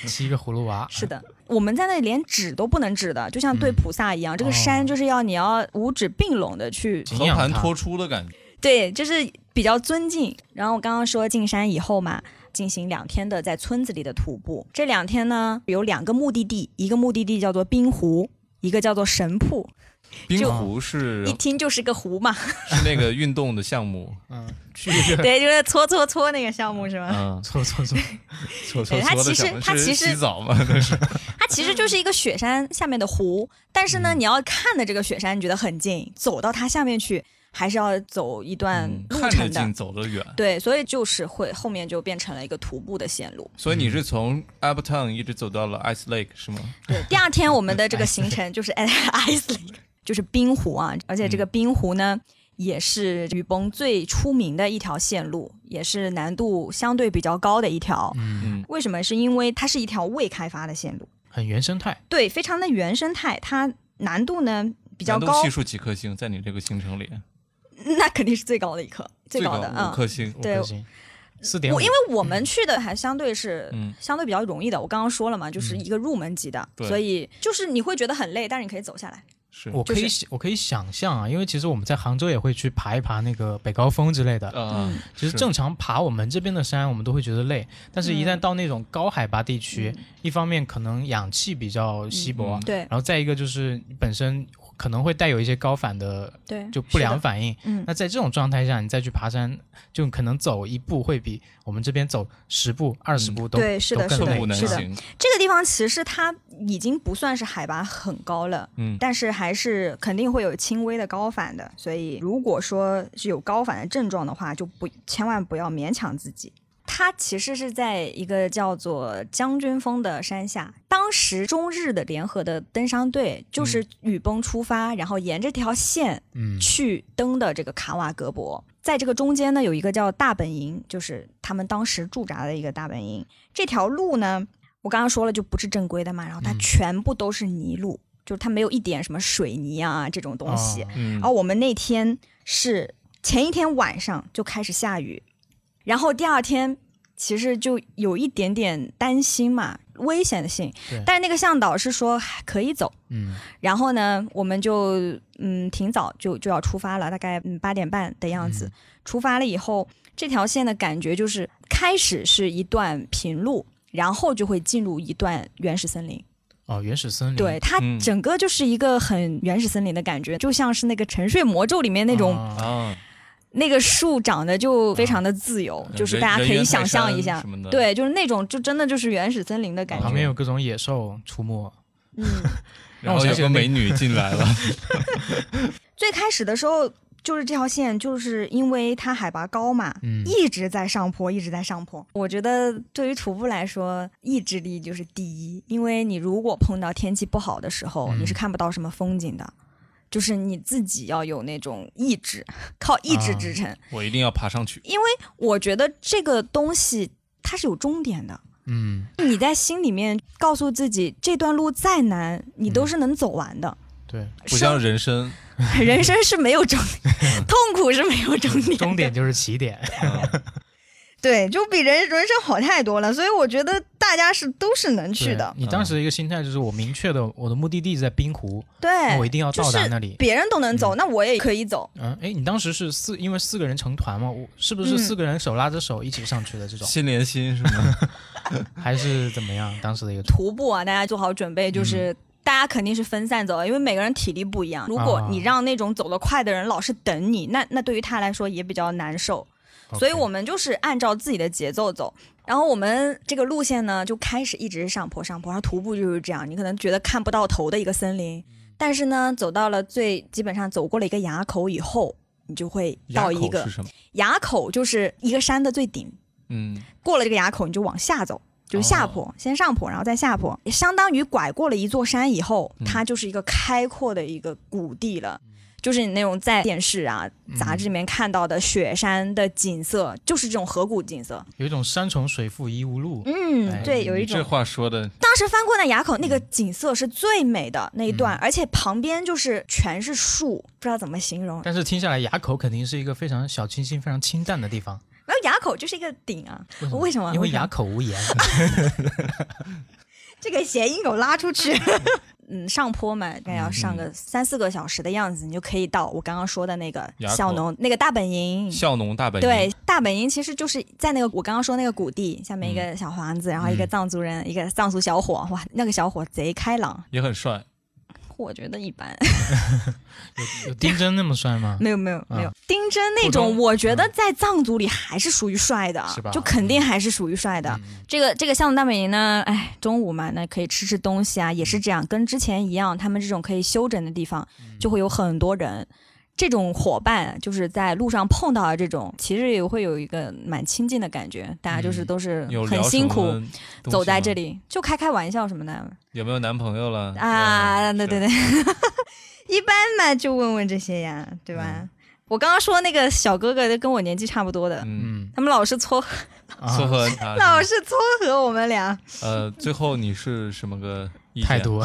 七个葫芦娃。是的，我们在那里连指都不能指的，就像对菩萨一样，哦这个山就是要你要五指并拢的去，敬和仰盘它托出的感觉，对，就是比较尊敬。然后我刚刚说进山以后嘛，进行两天的在村子里的徒步，这两天呢有两个目的地，一个目的地叫做冰湖，一个叫做神瀑，冰就壶是啊一听就是个湖嘛， 是那个运动的项目，嗯，去一个对，就是啊搓搓搓那个项目 是吗？嗯，错错错，搓搓对它搓的其实项目，它是其实洗澡嘛，那是它其实嗯就是一个雪山下面的湖，但是呢，你要看的这个雪山，你觉得很近，走到它下面去还是要走一段嗯路看着程的。近，走得远。对，所以就是会后面就变成了一个徒步的线路。所以你是从 Uptown 一直走到了 Ice Lake 是吗？对，第二天我们的这个行程就是 at Ice Lake，就是冰湖啊，而且这嗯个冰湖呢。也是雨崩最出名的一条线路，也是难度相对比较高的一条。嗯为什么？是因为它是一条未开发的线路，很原生态。对，非常的原生态，它难度呢比比较高系，数几颗星在你这个行程里？那肯定是最高的一颗，最高的嗯五颗星。对四嗯。点五我，因为我们去的还相对是、嗯相对比较容易的，我刚刚说了嘛，就是一个入门级的，对所以就是你会觉得很累，但是你可以走下来。是我可以想我可以想象啊，因为其实我们在杭州也会去爬一爬那个北高峰之类的。啊，其实是正常爬我们这边的山，我们都会觉得累，但嗯是一旦到那种高海拔地区，一方面可能氧气比较稀薄，嗯对然后再一个就是本身可能会带有一些高反的对，就不良反应。嗯那在这种状态下，你再去爬山，就可能走一步会比我们这边走十步、二十步都对是的都是的更寸累步难是的行。这个地方其实它已经不算是海拔很高了，嗯但是还是肯定会有轻微的高反的，所以如果说是有高反的症状的话，就不千万不要勉强自己。它其实是在一个叫做将军峰的山下。当时中日的联合的登山队就是雨崩出发，然后沿着这条线嗯去登的这个卡瓦格博。在这个中间呢，有一个叫大本营，就是他们当时驻扎的一个大本营。这条路呢，我刚刚说了就不是正规的嘛，然后嗯它全部都是泥路，就是它没有一点什么水泥啊这种东西。哦嗯然后我们那天是前一天晚上就开始下雨，然后第二天其实就有一点点担心嘛，危险性对。但是那个向导是说还可以走，嗯然后呢，我们就嗯挺早就就要出发了，大概嗯八点半的样嗯子。出发了以后，这条线的感觉就是开始是一段平路，然后就会进入一段原始森林。哦，原始森林对，它嗯整个就是一个很原始森林的感觉，就像是那个《沉睡魔咒》里面那种、啊啊，那个树长得就非常的自由， 就是人大家可人以猿想泰象山一下什，么的，啊对，就是那种就真的就是原始森林的感觉。旁边有各种野兽出没，嗯，然让我后想有起个那美女进来了，最开始的时候就是这条线，就是因为它海拔高嘛，嗯一直在上坡，一直在上坡。我觉得对于徒步来说，意志力就是第一，因为你如果碰到天气不好的时候，嗯你是看不到什么风景的。就是你自己要有那种意志，靠意志啊支撑。我一定要爬上去。我觉得这个东西它是有终点的，嗯，你在心里面告诉自己，这段路再难，你都是能走完的。 对，不像人生，生人生是没有终点，痛苦是没有终点的，终点就是起点，嗯对，就比人人生好太多了。所以我觉得大家是都是能去对的，你当时的一个心态就是，我明确的我的目的地在滨湖，对，那我一定要到达那里。别人都能走，那我也可以走。嗯，哎，你当时是四，因为四个人成团嘛，我是不是嗯四个人手拉着手一起上去的这种，心连心 是吗？还是怎么样？当时的一个团，徒步啊，大家做好准备，就是。嗯大家肯定是分散走啊的，因为每个人体力不一样。如果啊你让那种走得快的人老是等你，那那对于他来说也比较难受。所以我们就是按照自己的节奏走。然后我们这个路线呢，就开始一直是上坡上坡，然后徒步就是这样，你可能觉得看不到头的一个森林，嗯但是呢，走到了最基本上走过了一个垭口以后，你就会垭到一口个是什么？垭口，就是一个山的最顶，嗯，过了这个垭口你就往下走。就是下坡，先上坡，然后再下坡，相当于拐过了一座山以后，嗯它就是一个开阔的一个谷地了。就是你那种在电视啊、杂志里面看到的雪山的景色，就是这种河谷景色。有一种山重水复疑无路，哎嗯，对，有一你这种。话说的，当时翻过那垭口，那个景色是最美的那一段，而且旁边就是全是树，不知道怎么形容。但是听下来，垭口肯定是一个非常小清新、非常清淡的地方。然后垭口就是一个顶啊，为什么？因为什么哑口无言。 这个谐音给我拉出 去。嗯，上坡嘛，大概要上嗯个三四个小时的样子，你就可以到我刚刚说的那个垭口小农那个大本营。孝农大本营，嗯对，大本营其实就是在那个我刚刚说那个谷地下面一嗯个小房子，然后一个藏族人，一个藏族小伙，哇，那个小伙贼开朗，也很帅。我觉得一般，有有丁真那么 帅吗？没有没有没有啊，丁真那普种，通我觉得在藏族里还是属于帅的是吧，就肯定还是属于帅的。这个这个巷子大本营呢，哎，中午嘛，那可以吃吃东西啊，也是这样，跟之前一样，他们这种可以休整的地方，就会有很多人。这种伙伴就是在路上碰到的这种，其实也会有一个蛮亲近的感觉，大家就是嗯都是有很聊辛什么苦东西走在吗这，里，就开开玩笑什么的有没有男朋友了啊，对对对，对， 一般嘛就问问这些呀，对吧？嗯我刚刚说那个小哥哥跟我年纪差不多的，嗯，嗯，他们老是撮合，啊撮 合他老是撮合我们俩。呃，最后你是什么个意见态？度，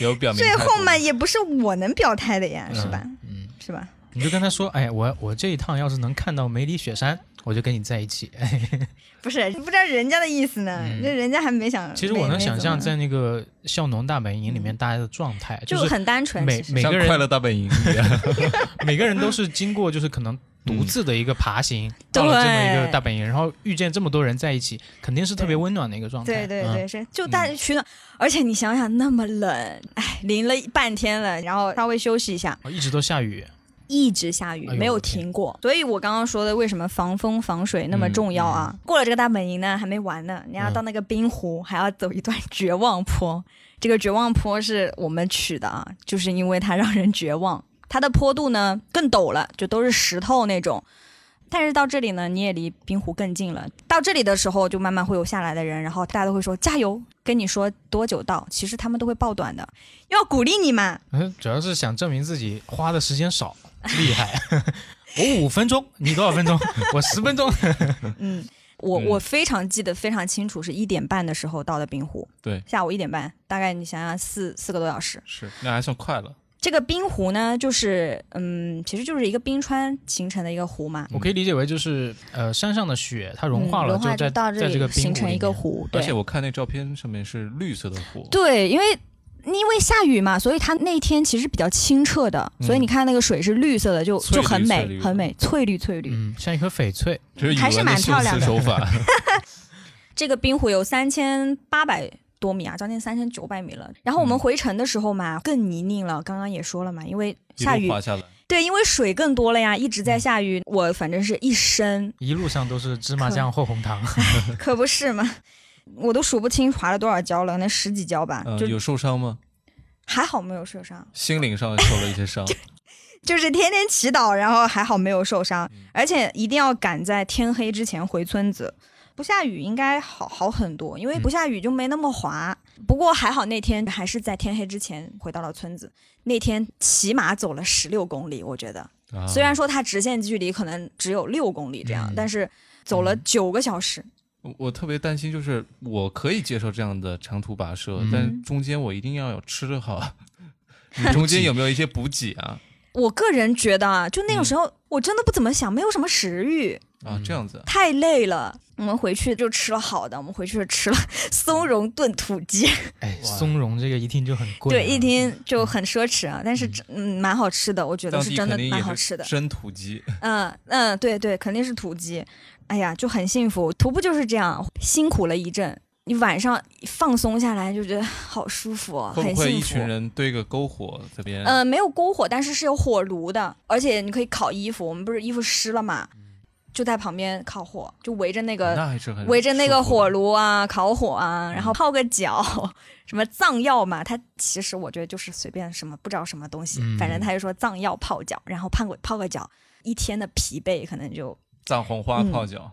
有表明最态后度嘛，吗也不是我能表态的呀，是吧？嗯，是吧？ 你就跟他说，哎，我我这一趟要是能看到梅里雪山，我就跟你在一起。 不是，不知道人家的意思呢，嗯那、人家还没想。其实我没能想象，没怎么嗯在那个孝农大本营里面，大家的状态就是很单纯，每其实每像个人快乐大本营一样， 每个人都是经过，就是可能独自的一个爬行，到了这么一个大本营，然后遇见这么多人在一起，肯定是特别温暖的一个状态。嗯对对对，是就大家取暖，而且你想想那么冷，哎，淋了半天了，然后稍微休息一下，嗯，一直都下雨，一直下雨，哎呦没有我的天嗯停过。所以我刚刚说的，为什么防风防水那么重要啊？过了这个大本营呢，还没完呢，你要到那个冰湖，还要走一段绝望坡。这个绝望坡是我们取的啊，就是因为它让人绝望。它的坡度呢更陡了，就都是石头那种。但是到这里呢，你也离冰湖更近了。到这里的时候，就慢慢会有下来的人，然后大家都会说加油，跟你说多久到，其实他们都会报短的，要鼓励你嘛。嗯，主要是想证明自己花的时间少，厉害。 我五分钟，你多少分钟？我十分钟。嗯，我嗯我非常记得非常清楚，是一点半的时候到的冰湖，对，下午一点半，大概你想想四四个多小时。是那还算快了。这个冰湖呢，就是嗯，其实就是一个冰川形成的一个湖嘛，我可以理解为就是呃，山上的雪它嗯融化嗯了，融化在到在这里个冰形成里一个面。湖，而对且我看那照片上面是绿色的湖，对，因为。因为下雨嘛，所以它那天其实比较清澈的，所以你看那个水是绿色的，就翠就很绿翠美，绿的很美，翠绿翠绿。嗯，像一颗翡翠。这还语是文蛮修漂辞亮的手法。这个冰湖有三千八百多米啊，将近三千九百米了。然后我们嗯回程的时候嘛，更泥泞了。刚刚也说了嘛，因为一 下路雨滑，下来，对，因为水更多了呀，一直嗯在下雨。我反正是一 身，一路上都是芝麻可酱和红糖，可不是嘛，我都数不清划了多少跤了，那十几跤吧，嗯，就有受伤吗？还好没有受伤。心灵上受了一些 伤，就是天天祈祷，然后还好没有受伤，而且一定要赶在天黑之前回村子。不下雨应该好好很多，因为不下雨就没那么滑。不过还好那天还是在天黑之前回到了村子。那天起码走了十六公里，我觉得啊虽然说它直线距离可能只有六公里这样，嗯但是走了九个小时。我我特别担心，就是我可以接受这样的长途跋涉，嗯但中间我一定要有吃的 好。你中间有没有一些补给啊？我个人觉得啊，就那个时候我真的不怎么想，没有什么食欲。啊，这样子啊，太累了，我们回去就吃了好的，我们回去吃了 松茸炖土鸡，哎，松茸这个一听就很贵、啊啊 对，一。听就很奢侈啊，但是真嗯蛮好吃的，我觉得当是地真肯的定蛮好也吃的，真土鸡，嗯嗯，对对，肯定是土鸡，哎呀就很幸福，徒步就是这样，辛苦了一阵。你晚上放松下来就觉得好舒服、哦，会很不会幸一福群。人堆个篝火这边？哦呃，没有篝火，但是是有火炉的，而且你可以烤衣服。我们不是衣服湿了嘛，嗯就在旁边烤火，就围着那个那还是嗯很围着那个舒服的火炉啊，烤火啊，然后泡个脚， 什么藏药嘛，它其实我觉得就是随便什么不知道什么东西，嗯反正他就说藏药泡脚，然后泡个泡个脚，一天的疲惫可能就藏红花嗯泡脚，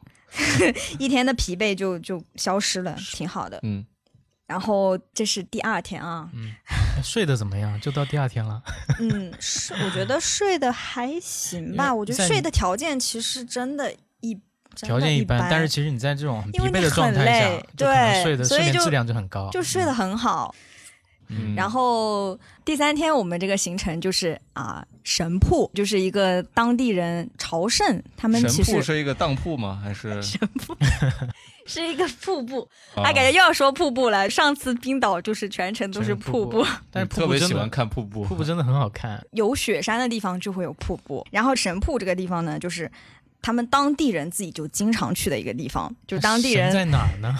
一天的疲惫就就消失了，挺好的。嗯，然后这是第二天 啊，哎睡得怎么样？就到第二天了。嗯，睡我觉得睡得还行吧，因为我觉在得你睡的条件其实真的一真条的件一般，但是其实你在这种很疲因为惫你的状态下，很累就可能对睡的所睡以眠就质量就很高。就睡得很好，嗯然后第三天我们这个行程就是啊，神铺就是一个当地人朝圣，他们其神实铺是一个当铺吗？还 是是一个瀑布，啊哦哎，感觉又要说瀑布了。上次冰岛就是全程都是瀑全是瀑布，但是你瀑特布别真喜欢的看瀑布，瀑布真的很好看。有雪山的地方就会有瀑布，然后神铺这个地方呢，就是他们当地人自己就经常去的一个地方，就是当地神人在哪 儿呢？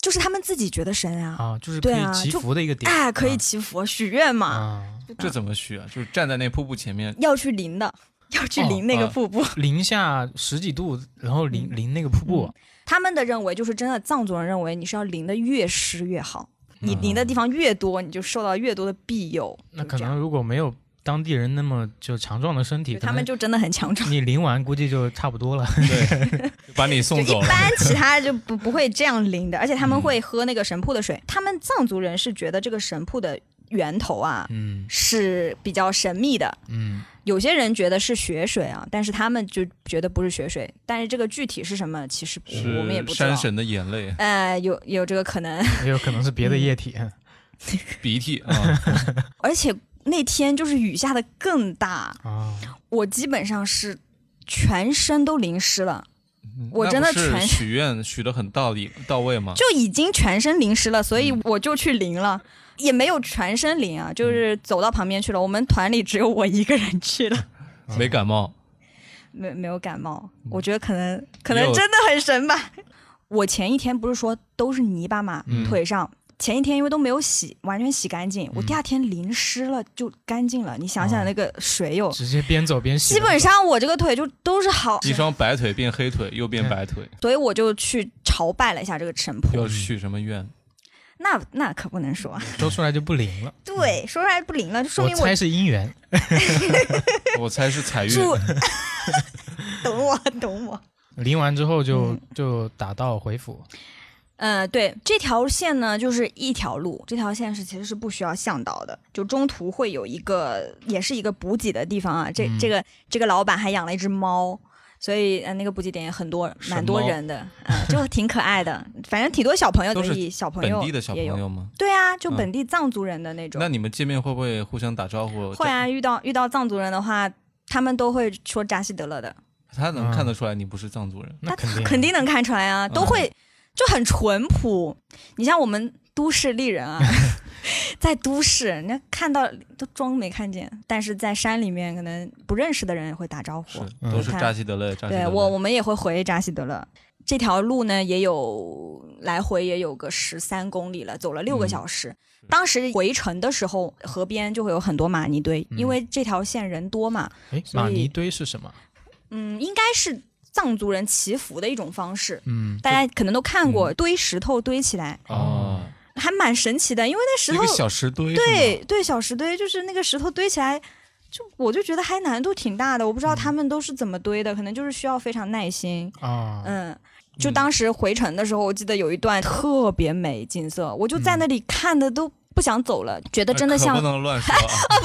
就是他们自己觉得神啊，啊，就是可对以啊祈就福的一个点。哎，可以祈福许愿啊嘛，啊，这怎么去啊？就是站在那瀑布前 面，要去淋的，要去哦淋那个啊瀑布。零下十几度，然后淋嗯淋那个瀑布嗯，他们的认为就是真的，藏族人认为你是要淋的越湿越好，你淋的地方越多，你就受到越多的庇佑。那就可这样能如果没有当地人那么就强壮的身体，就可他们能就真的很强壮。你淋完估计就差不多了。对，就把你就送一走了。般其他就不不会这样淋的，而且他们会喝那个神瀑的水。他们藏族人是觉得这个神瀑的源头啊嗯是比较神秘的，嗯，有些人觉得是雪水啊，但是他们就觉得不是雪水，但是这个具体是什么，其实我们也不是知道山。神的眼泪、呃，有有这个可能，也有可能是别的嗯液体。啊鼻涕啊，而且那天就是雨下的更大，啊，我基本上是全身都淋湿了，我嗯那真的不是全许愿许的很到底到位吗？就已经全身淋湿了，所嗯以我就去淋了，也没有全身淋啊，就是走到旁边去了。我们团里只有我一个人去了， 没感冒，没没有感冒，我觉得可能可嗯没能有真的很神吧。我前一天不是说都是泥巴嘛，嗯腿上。前一天因为都没有洗，完全洗干净，我第二天淋湿了就干净了。你想哦想那个水有，直接边走边洗。基本上我这个腿就哎都是好，一双白腿变黑腿，又变对白腿，所以我就去朝拜了一下这个神婆。要许什么愿？那那可不能嗯说，说出来就不灵了，对，说出来不灵了，就说明我我猜是姻缘。 我猜是财运，祝懂我，懂我。淋完之后就嗯就打道回府，呃，对，这条线呢，就是一条路，这条线是其实是不需要向导的，就中途会有一个，也是一个补给的地方啊。这、嗯这个这个老板还养了一只猫，所以呃，那个补给点也很多，神蛮多猫人的，呃，就挺可爱的，反正挺多小朋友都的是意，小朋本友地的小朋也有，友吗？对啊，就嗯本地藏族人的那种。那你们见面会不会互相打招呼？会啊，遇到遇到藏族人的话，他们都会说扎西德勒的，他能嗯看得出来你不是藏族人。那肯定肯定能看出来嗯啊，都会就很淳朴。你像我们都市丽人 啊，在都市，人家看到都装没看见，但是在山里面，可能不认识的人也会打招是呼。，嗯都是看扎西德勒，扎西德对勒。我，我们也会回扎西德勒。这条路呢，也有来回也有个十三公里了，走了嗯六个小时。当时回程的时候，河边就会有很多马尼堆，嗯因为这条线人多嘛，哎，所以马尼堆是什么？嗯，应该是藏族人祈福的一种方式。嗯，大家可能都看嗯过，堆石头堆起来，哦，还蛮神奇的，因为那石一头个小石堆，对对小石堆，就是那个石头堆起来，就我就觉得还难度挺大的，我嗯不知道他们都是怎么堆的，可能就是需要非常耐心，哦啊，嗯。就当时回程的时候，我记得有一段特别美景色，我就在那里看的都不想走了，觉得那真的嗯哎像呃不能乱说 啊！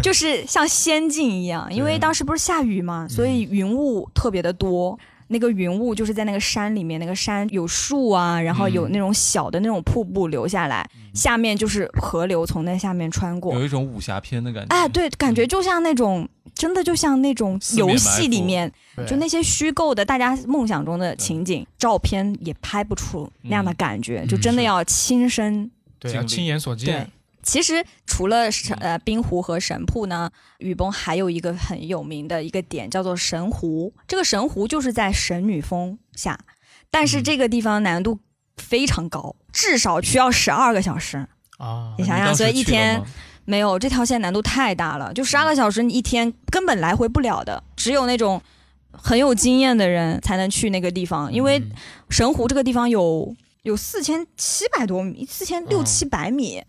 就是像仙境一样，因为当时不是下雨嗯嘛，所以云雾特别的多。那个云雾就是在那个山里面，那个山有树啊，然后有那种小的那种瀑布流下来，嗯下面就是河流从那下面穿过有。一种武侠片的感觉。哎，对，感觉就像那种真的就像那种游戏里面，对就那些虚构的大家梦想中的情景，照片也拍不出那样的感觉，嗯就真的要亲身对，经要历亲眼所见对，其实除了神呃冰湖和神瀑呢，雨崩还有一个很有名的一个点叫做神湖。这个神湖就是在神女峰下，但是这个地方难度非常高，至少需要十二个小时。啊你你想当想，时所以一去了天吗没有这条线难度太大了，就十二个小时，你一天根本来回不了的，只有那种。很有经验的人才能去那个地方，因嗯为神湖这个地方有有四千七百多米，四千六嗯七百米，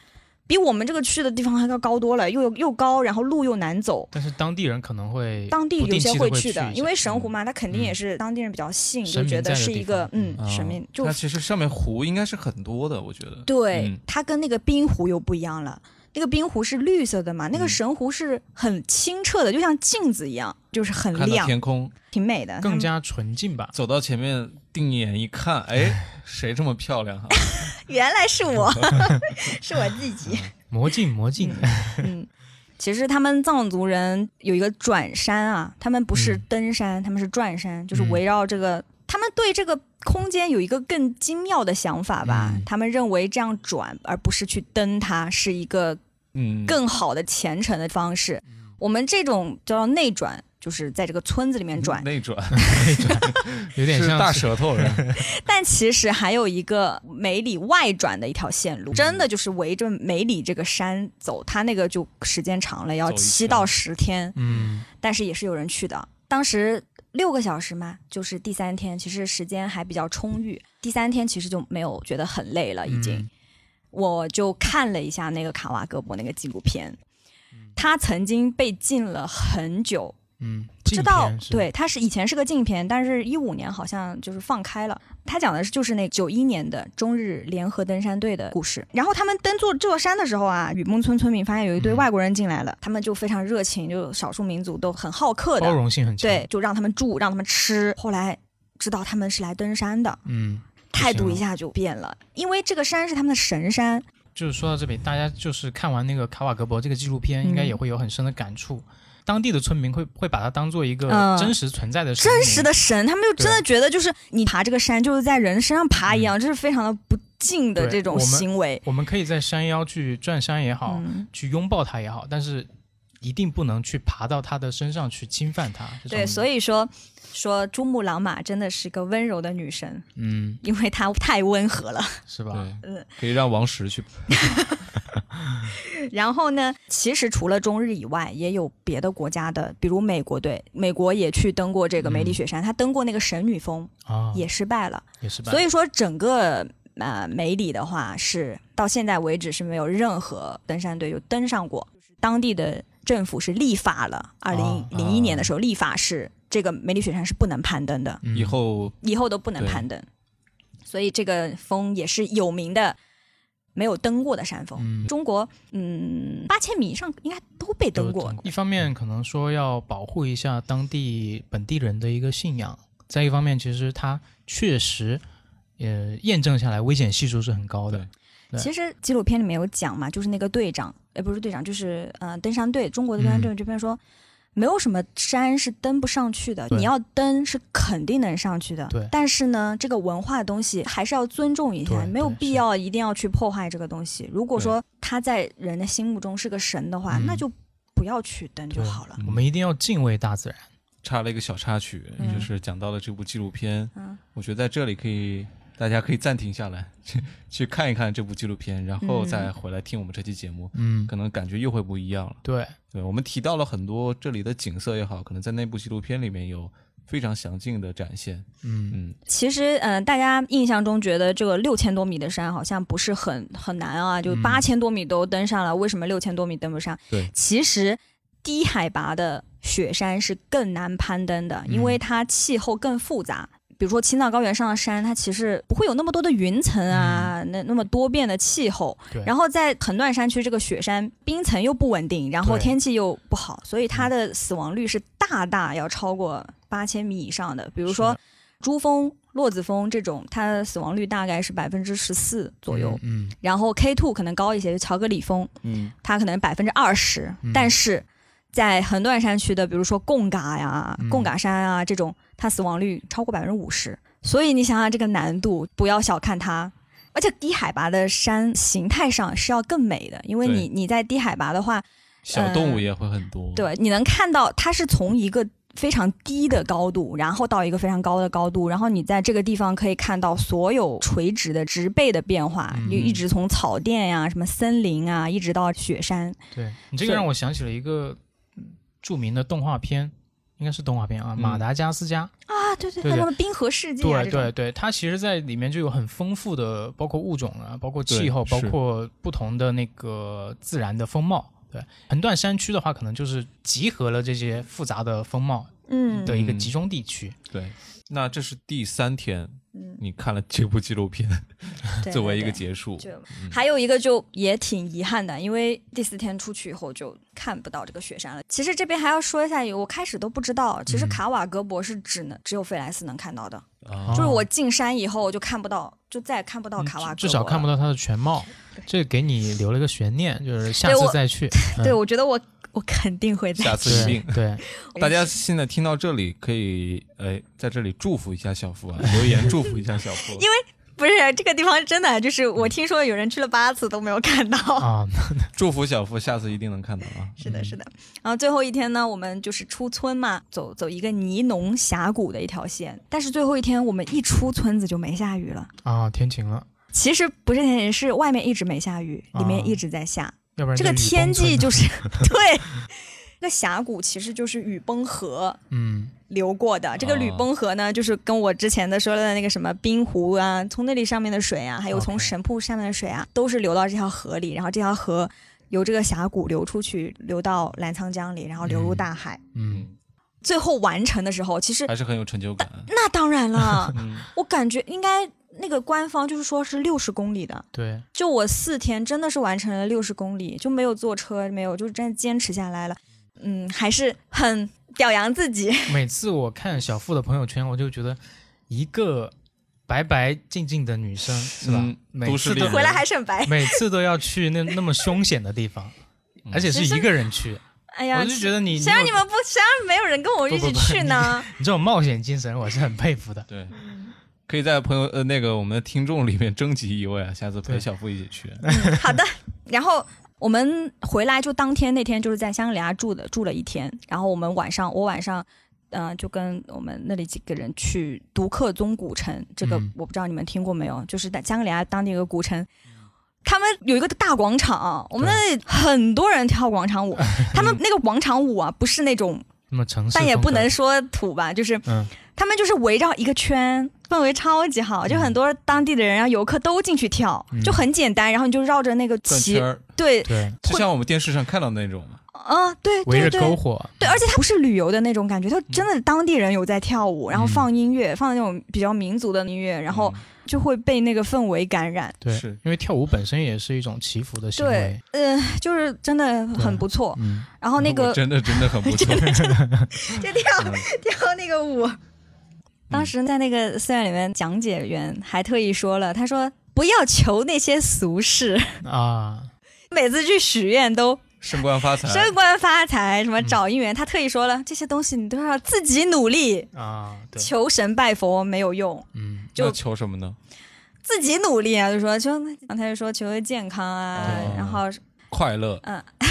比我们这个去的地方还要高多了，又有又高，然后路又难走。但是当地人可能会当地不有定些期地会会去的的，，因为神湖嘛，它肯定也是当地人比较信，就嗯神明觉得在的是地一个方哦嗯嗯神明，就它其实上面湖应该是很多的，我觉得。对、嗯它跟那个冰湖又不一样了。那个冰湖是绿色的嘛，那个嗯神湖是很清澈的，就像镜子一样，就是很看到亮，天空，挺美的。嗯他更们加纯净吧。走到前面定眼一看，哎，谁这么漂亮 啊？原来是 我，是我自己。魔镜魔镜，嗯， 其实他们藏族人有一个转山啊，他们不是嗯登山，他们是转山，就是嗯围绕这个，他们对这个空间有一个更精妙的想法吧。嗯他们认为这样转，而不是去登它，是一个嗯，更好的前程的方式。我们这种叫内转，就是在这个村子里面嗯转。内转， 有点是像大是舌头 人。但其实还有一个梅里外转的一条线路，真的就是围着梅里这个山走，它那个就时间长了，要走一七圈到十天。嗯但是也是有人去的。当时六个小时嘛，就是第三天，其实时间还比较充裕。第三天其实就没有觉得很累了，已经。嗯我就看了一下那个卡瓦格博那个纪录片，他曾经被禁了很久，嗯，不知道镜片是对，他是以前是个禁片，但是一五年好像就是放开了。他讲的是就是那九一年的中日联合登山队的故事。然后他们登坐这座山的时候啊，雨崩村村民发现有一堆嗯外国人进来了，他们就非常热情，就少数民族都很好客的包，容性很强，对，，就让他们住，让他们吃。后来知道他们是来登山的，嗯，态度行一下就变了，因为这个山是他们的神山。就是说到这里，大家就是看完那个卡瓦格博这个纪录片，嗯应该也会有很深的感触。当地的村民会会把它当做一个嗯真实存在的神明真实的神，他们就真的觉得就是你爬这个山就是在人身上爬一样，这是非常的不敬的嗯对这种我们行为。我们可以在山腰去转山也好，嗯，去拥抱它也好，但是一定不能去爬到它的身上去侵犯它。对，所以以说说珠穆朗玛真的是个温柔的女神，嗯，因为她太温和了。 是吧？对嗯，可以让王石去。然后呢，其实除了中日以外，也有别的国家的，比如美国队，美国也去登过这个嗯梅里雪山，他登过那个神女峰，啊，也失败了。也是吧。所以说，整个呃梅里的话是到现在为止是没有任何登山队就啊登上过，当地的政府是立法了，二零零一年的时候立法是这个梅里雪山是不能攀登的，嗯以后以后都不能对攀登。所以这个峰也是有名的，没有登过的山峰。中国嗯八千米以上应该都被登过，一方面可能说要保护一下当地本地人的一个信仰，再一方面其实它确实，呃，验证下来危险系数是很高的对。对其实纪录片里面有讲嘛，就是那个队长，呃，不是队长，就是呃，登山队，中国的登山队这边说，没有什么山是登不上去的，嗯对你要登是肯定能上去的。对但是呢，这个文化的东西还是要尊重一下对，没有对必是要一定要去破坏这个东西。如果说他在人的心目中是个神的话，嗯那就不要去登就对好嗯了。我们一定要敬畏大自然。插了一个小插曲，嗯就是讲到了这部纪录片，嗯我觉得在这里可以大家可以暂停下来， 去去看一看这部纪录片，然后再回来听我们这期节目，嗯，可能感觉又会不一样了。对，对我们提到了很多这里的景色也好，可能在那部纪录片里面有非常详尽的展现。嗯，嗯，其实，嗯、大家印象中觉得这个六千多米的山好像不是很很难啊，就嗯八千多米都登上了，为什么六千多米登不上？对，其实低海拔的雪山是更难攀登的，因为它气候更复杂。比如说青藏高原上的山，它其实不会有那么多的云层啊，那那么多变的气候对。然后在横断山区，这个雪山冰层又不稳定，然后对天气又不好，所以它的死亡率是大大要超过八千米以上的。比如说是的珠峰、落子峰这种，它的死亡率大概是百分之十四左右。嗯，然后 K two 可能高一些，就乔格里峰，嗯，它可能百分之二十嗯，但是在横断山区的，比如说贡嘎呀、嗯贡嘎山啊这种，它死亡率超过百分之五十。所以你想想这个难度，不要小看它。而且低海拔的山形态上是要更美的，因为你你在低海拔的话，小动物也会很多。，对，你能看到它是从一个非常低的高度，然后到一个非常高的高度，然后你在这个地方可以看到所有垂直的植被的变化，嗯就一直从草甸呀、什么森林啊，一直到雪山。对你这个所以让我想起了一个嗯著名的动画片，应该是动画片啊，嗯马达加斯加》。啊，对对，对还有对什么冰河世界啊，对这种对对，它其实，在里面就有很丰富的，包括物种啊，包括气候，对包是括不同的那个自然的风貌。对，横断山区的话，可能就是集合了这些复杂的风貌嗯，的一个嗯集中地区。对，那这是第三天，嗯你看了这部纪录片 对作为对一个嗯对结束。就还有一个就也挺遗憾的，因为第四天出去以后就看不到这个雪山了。其实这边还要说一下，我开始都不知道，其实卡瓦格博是只能、只有费莱斯能看到的，啊就是哦我进山以后我就看不到，就再也看不到卡瓦格博了、至少看不到。到它的全貌，这给你留了个悬念，就是下对次我再去。嗯对，我觉得我我肯定 会下再次一对定。对，大家现在听到这里，可以哎，在这里祝福一下小付啊， 留言祝福一下小 付。因为 不是这个地方真的就是嗯我听说有人去了八次都没有看到。啊，祝福小付，下次一定能看到 啊。是的，是嗯的。然后最后一天呢，我们就是出村嘛，走走一个尼龙峡谷的一条线。但是最后一天我们一出村子就没下雨了。啊，天晴了，其实不是天气，是外面一直没下雨，里面一直在下。要不然这个就啊雨崩天村啊气了就是 对。这个峡谷其实就是雨崩河嗯流过的。这啊个吕崩河呢，就是跟我之前的说的那个什么冰湖啊，从那里上面的水啊，还有从 OK 神瀑上面的水啊，都是流到这条河里，然后这条河由这个峡谷流出去，流到澜沧江里，然后流入嗯哎大海。嗯，最后完成的时候，其实还是很有成就 感。，那当然 了嗯，我感觉应该那个官方就是说是六十公里的，对，就我四天真的是完成了六十公里，就没有坐车，没有就真的坚持下来了，嗯，还是很表扬自己，每次我看小付的朋友圈，我就觉得一个白白净净的女生是吧嗯？每都次市丽都人回来还是很白， 每次都要去那那么凶险的地方，嗯而且是一个人去，哎呀我，就觉得你谁让你你有们不，谁让没有人跟我一不起不去呢？你这种冒险精神，我是很佩服的。对，嗯可以在朋友呃那个我们的听众里面征集一位啊，下次陪对小付一起 去。好的，然后我们回来就当天那天就是在香格里拉住的住了一天，然后我们晚上我晚上。嗯、就跟我们那里几个人去独克宗古城，这个嗯我不知道你们听过没有，就是在香格里拉当地有个古城，他们有一个大广场，我们那里很多人跳广场舞， 他们那个广场舞啊，不是那种，那么城市，但也不能，说土吧，就是嗯，他们就是围绕一个圈，氛围超级好，就很多当地的人啊游客都进去跳，嗯就很简单，然后你就绕着那个转旗圈，儿，对对，就像我们电视上看到的那种嘛。啊，对围对着对，篝火，对，而且它不是旅游的那种感觉，它真的当地人有在跳舞，嗯然后放音乐，放那种比较民族的音乐，然后就会被那个氛围感染。对，是因为跳舞本身也是一种祈福的行为对。，嗯、就是真的很不错。嗯，然哦后 那我个真的真的很不 错，就跳跳那个舞。嗯当时在那个寺院里面，讲解员还特意说了，他说不要求那些俗 事，啊，每次去许愿都升官发财，升官发财，什么找姻缘，他特意说了这些东西你都要自己努力，啊，对，求神拜佛没有用，嗯，那就求什么呢？自己努力啊，就说求，然后他就说求个健康啊，哦然后嗯快乐。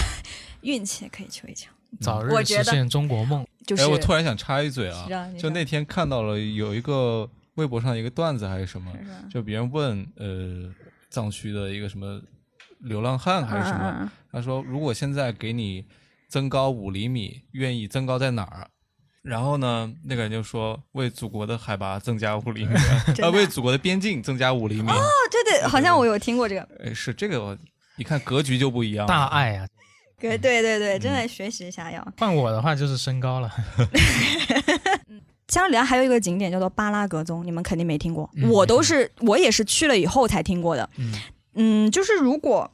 运气也可以求一求，嗯早日我觉实得现中国梦。就是、哎，我突然想插一嘴是啊啊你，就说那天看到了有一个微博上一个段子还是什么，是吧就别人问呃藏区的一个什么流浪汉还是什么，嗯嗯嗯他说如果现在给你增高五厘米，愿意增高在哪儿？然后呢，那个人就说为祖国的海拔增加五厘米， 嗯呃，真的啊为祖国的边境增加五厘米。哦，对对，好像我有听过这个，哎，是这个我，一看格局就不一样。大，爱啊！对对嗯对对，真的学习一下要。换我的话就是身高了，香里还有一个景点叫做巴拉格宗，你们肯定没听过，嗯我都是我也是去了以后才听过的。嗯嗯就是如果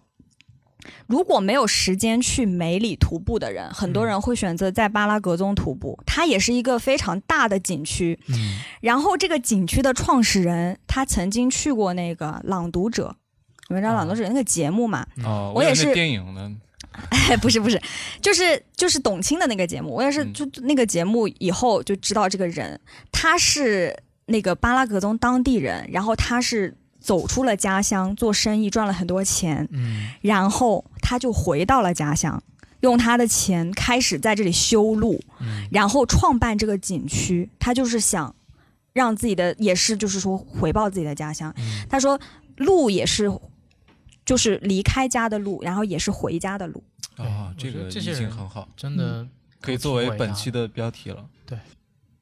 如果没有时间去梅里徒步的人，很多人会选择在巴拉格宗徒步，它也是一个非常大的景区。嗯，然后这个景区的创始人他曾经去过那个《朗读者》，你啊们知道《朗读者》那个节目嘛？嗯哦，我也以为是电影呢，哎，不是不是，就是就是董卿的那个节目，我也是嗯就就那个节目以后就知道这个人，他是那个巴拉格宗当地人，然后他是走出了家乡做生意赚了很多钱，嗯，然后他就回到了家乡，用他的钱开始在这里修路，嗯然后创办这个景区，他就是想让自己的也是就是说回报自己的家乡。嗯他说路也是就是离开家的路，然后也是回家的路。啊、对我这觉得个这意些境人很好，真嗯的可以都作挺为伟本大期的标题了。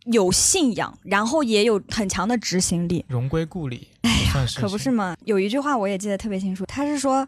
有信仰，然后也有很强的执行力，荣归故里，也算是哎可不是吗？有一句话我也记得特别清楚，他是说，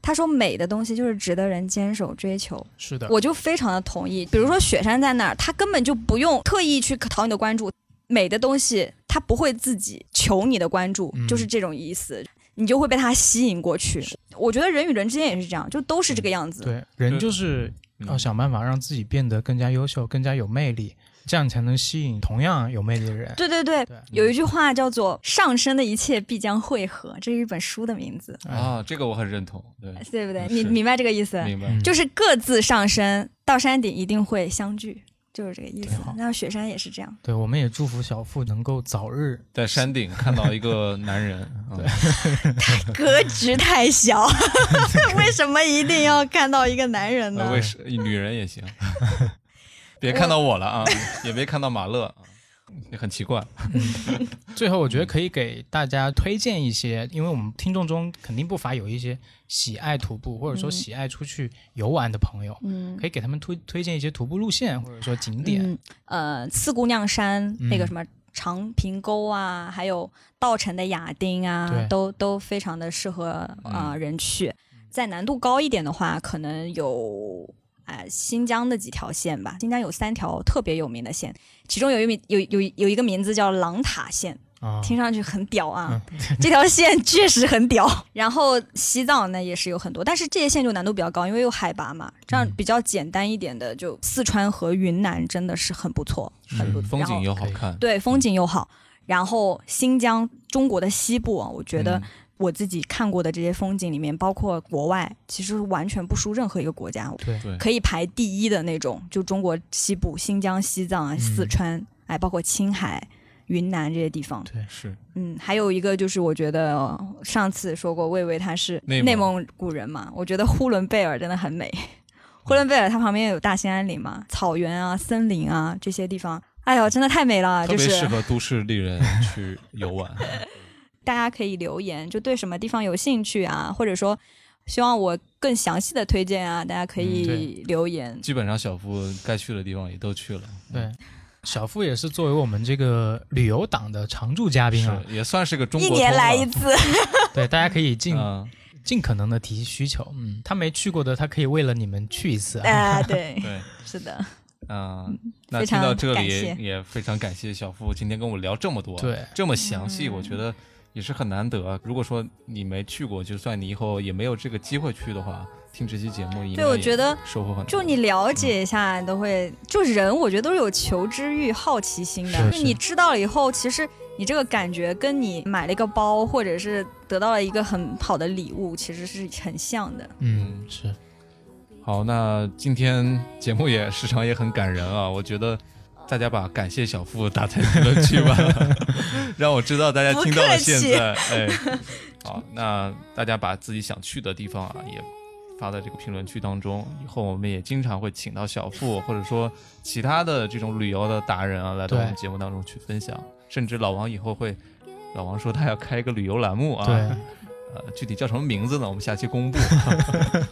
他说美的东西就是值得人坚守追求，是的，我就非常的同意。比如说雪山在那儿，他根本就不用特意去讨你的关注，美的东西他不会自己求你的关注，嗯就是这种意思，你就会被他吸引过去。我觉得人与人之间也是这样，就都是这个样子。对人哦就是嗯要想办法让自己变得更加优秀、更加有魅力，这样才能吸引同样有魅力的人。对对对，对有一句话叫做“上升的一切必将汇合”，这是一本书的名字，哎啊，这个我很认同，对，对不对？哎是你明白这个意思？明白。嗯就是各自上升，到山顶一定会相聚，就是这个意思对好。那雪山也是这样，对，我们也祝福小付能够早日在山顶看到一个男人，嗯对，格局太 小， 为什么一定要看到一个男人呃呢为？什女人也行，别看到我了啊， 也别看到马乐，啊，也很奇怪。最后，我觉得可以给大家推荐一些，因为我们听众中肯定不乏有一些喜爱徒步或者说喜爱出去游玩的朋友，嗯可以给他们推推荐一些徒步路线或者说景点。嗯，呃，四姑娘山嗯那个什么长平沟啊，还有稻城的亚丁啊对，嗯都都非常的适合啊、呃人去。在难度高一点的话，可能有啊、呃新疆的几条线吧，新疆有三条特别有名的线，其中有一名有有有一个名字叫狼塔线。啊，听上去很屌啊， 这条线确实很屌。然后西藏呢也是有很多，但是这些线就难度比较高，因为有海拔嘛。这样比较简单一点的，就四川和云南真的是很不错，很不嗯风景然后又好嗯看，对，风景又好。然后新疆中国的西部啊，我觉得嗯我自己看过的这些风景里面，包括国外，其实完全不输任何一个国家，对对可以排第一的那种，就中国西部、新疆、西藏啊、四嗯川，哎，包括青海、云南这些地方。是嗯，还有一个就是，我觉得呃上次说过，魏巍他是内蒙嗯内蒙古人嘛，我觉得呼伦贝尔真的很美。呼伦贝尔它旁边有大兴安岭嘛，草原啊、森林啊这些地方，哎呦，真的太美了！特就别适是合都市丽人去游玩。 大家可以留言，就对什么地方有兴趣啊，或者说希望我更详细的推荐啊，大家可嗯以对留言。基本上小夫该去的地方也都去了，对，小付也是作为我们这个旅游党的常驻嘉宾啊，是也算是个中一国年通 来了一次，对，大家可以尽嗯，尽可能的提需求。嗯，他没去过的，他可以为了你们去一次啊。哎，对，对，是的，嗯，那非听常到这感里谢也非常感谢小付今天跟我聊这么多，对这么详细，我嗯觉得也是很难得。啊如果说你没去过，就算你以后也没有这个机会去的话，听这期节目应该对我也觉得收获很多。就你了解一下，你都会就人，我觉得都是有求知欲、好奇心的。是就是你知道了以后，其实你这个感觉跟你买了一个包，或者是得到了一个很好的礼物，其实是很像的。嗯，是好，那今天节目也时长也很感人啊，我觉得大家把感谢小付打在评论区吧， 让我知道大家听到了现在。哎， 好，那大家把自己想去的地方啊也发在这个评论区当中。以后我们也经常会请到小付或者说其他的这种旅游的达人啊来到我们对节目当中去分享，甚至老王以后会，老王说他要开一个旅游栏目啊。对，呃，具体叫什么名字呢？我们下期公布，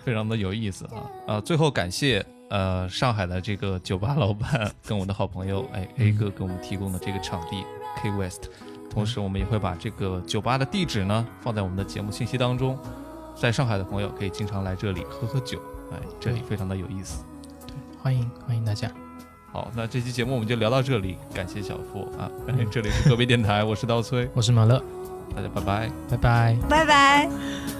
非常的有意思啊！啊，最后感谢呃上海的这个酒吧老板跟我的好朋友哎 A 哥给我们提供的这个场地 K West，同时我们也会把这个酒吧的地址呢放在我们的节目信息当中，在上海的朋友可以经常来这里喝喝酒，哎，这里非常的有意思。欢迎欢迎大家，好，那这期节目我们就聊到这里，感谢小付啊，哎这里是河北电台，我是刀崔，我是马乐，大家拜拜。拜拜。拜拜。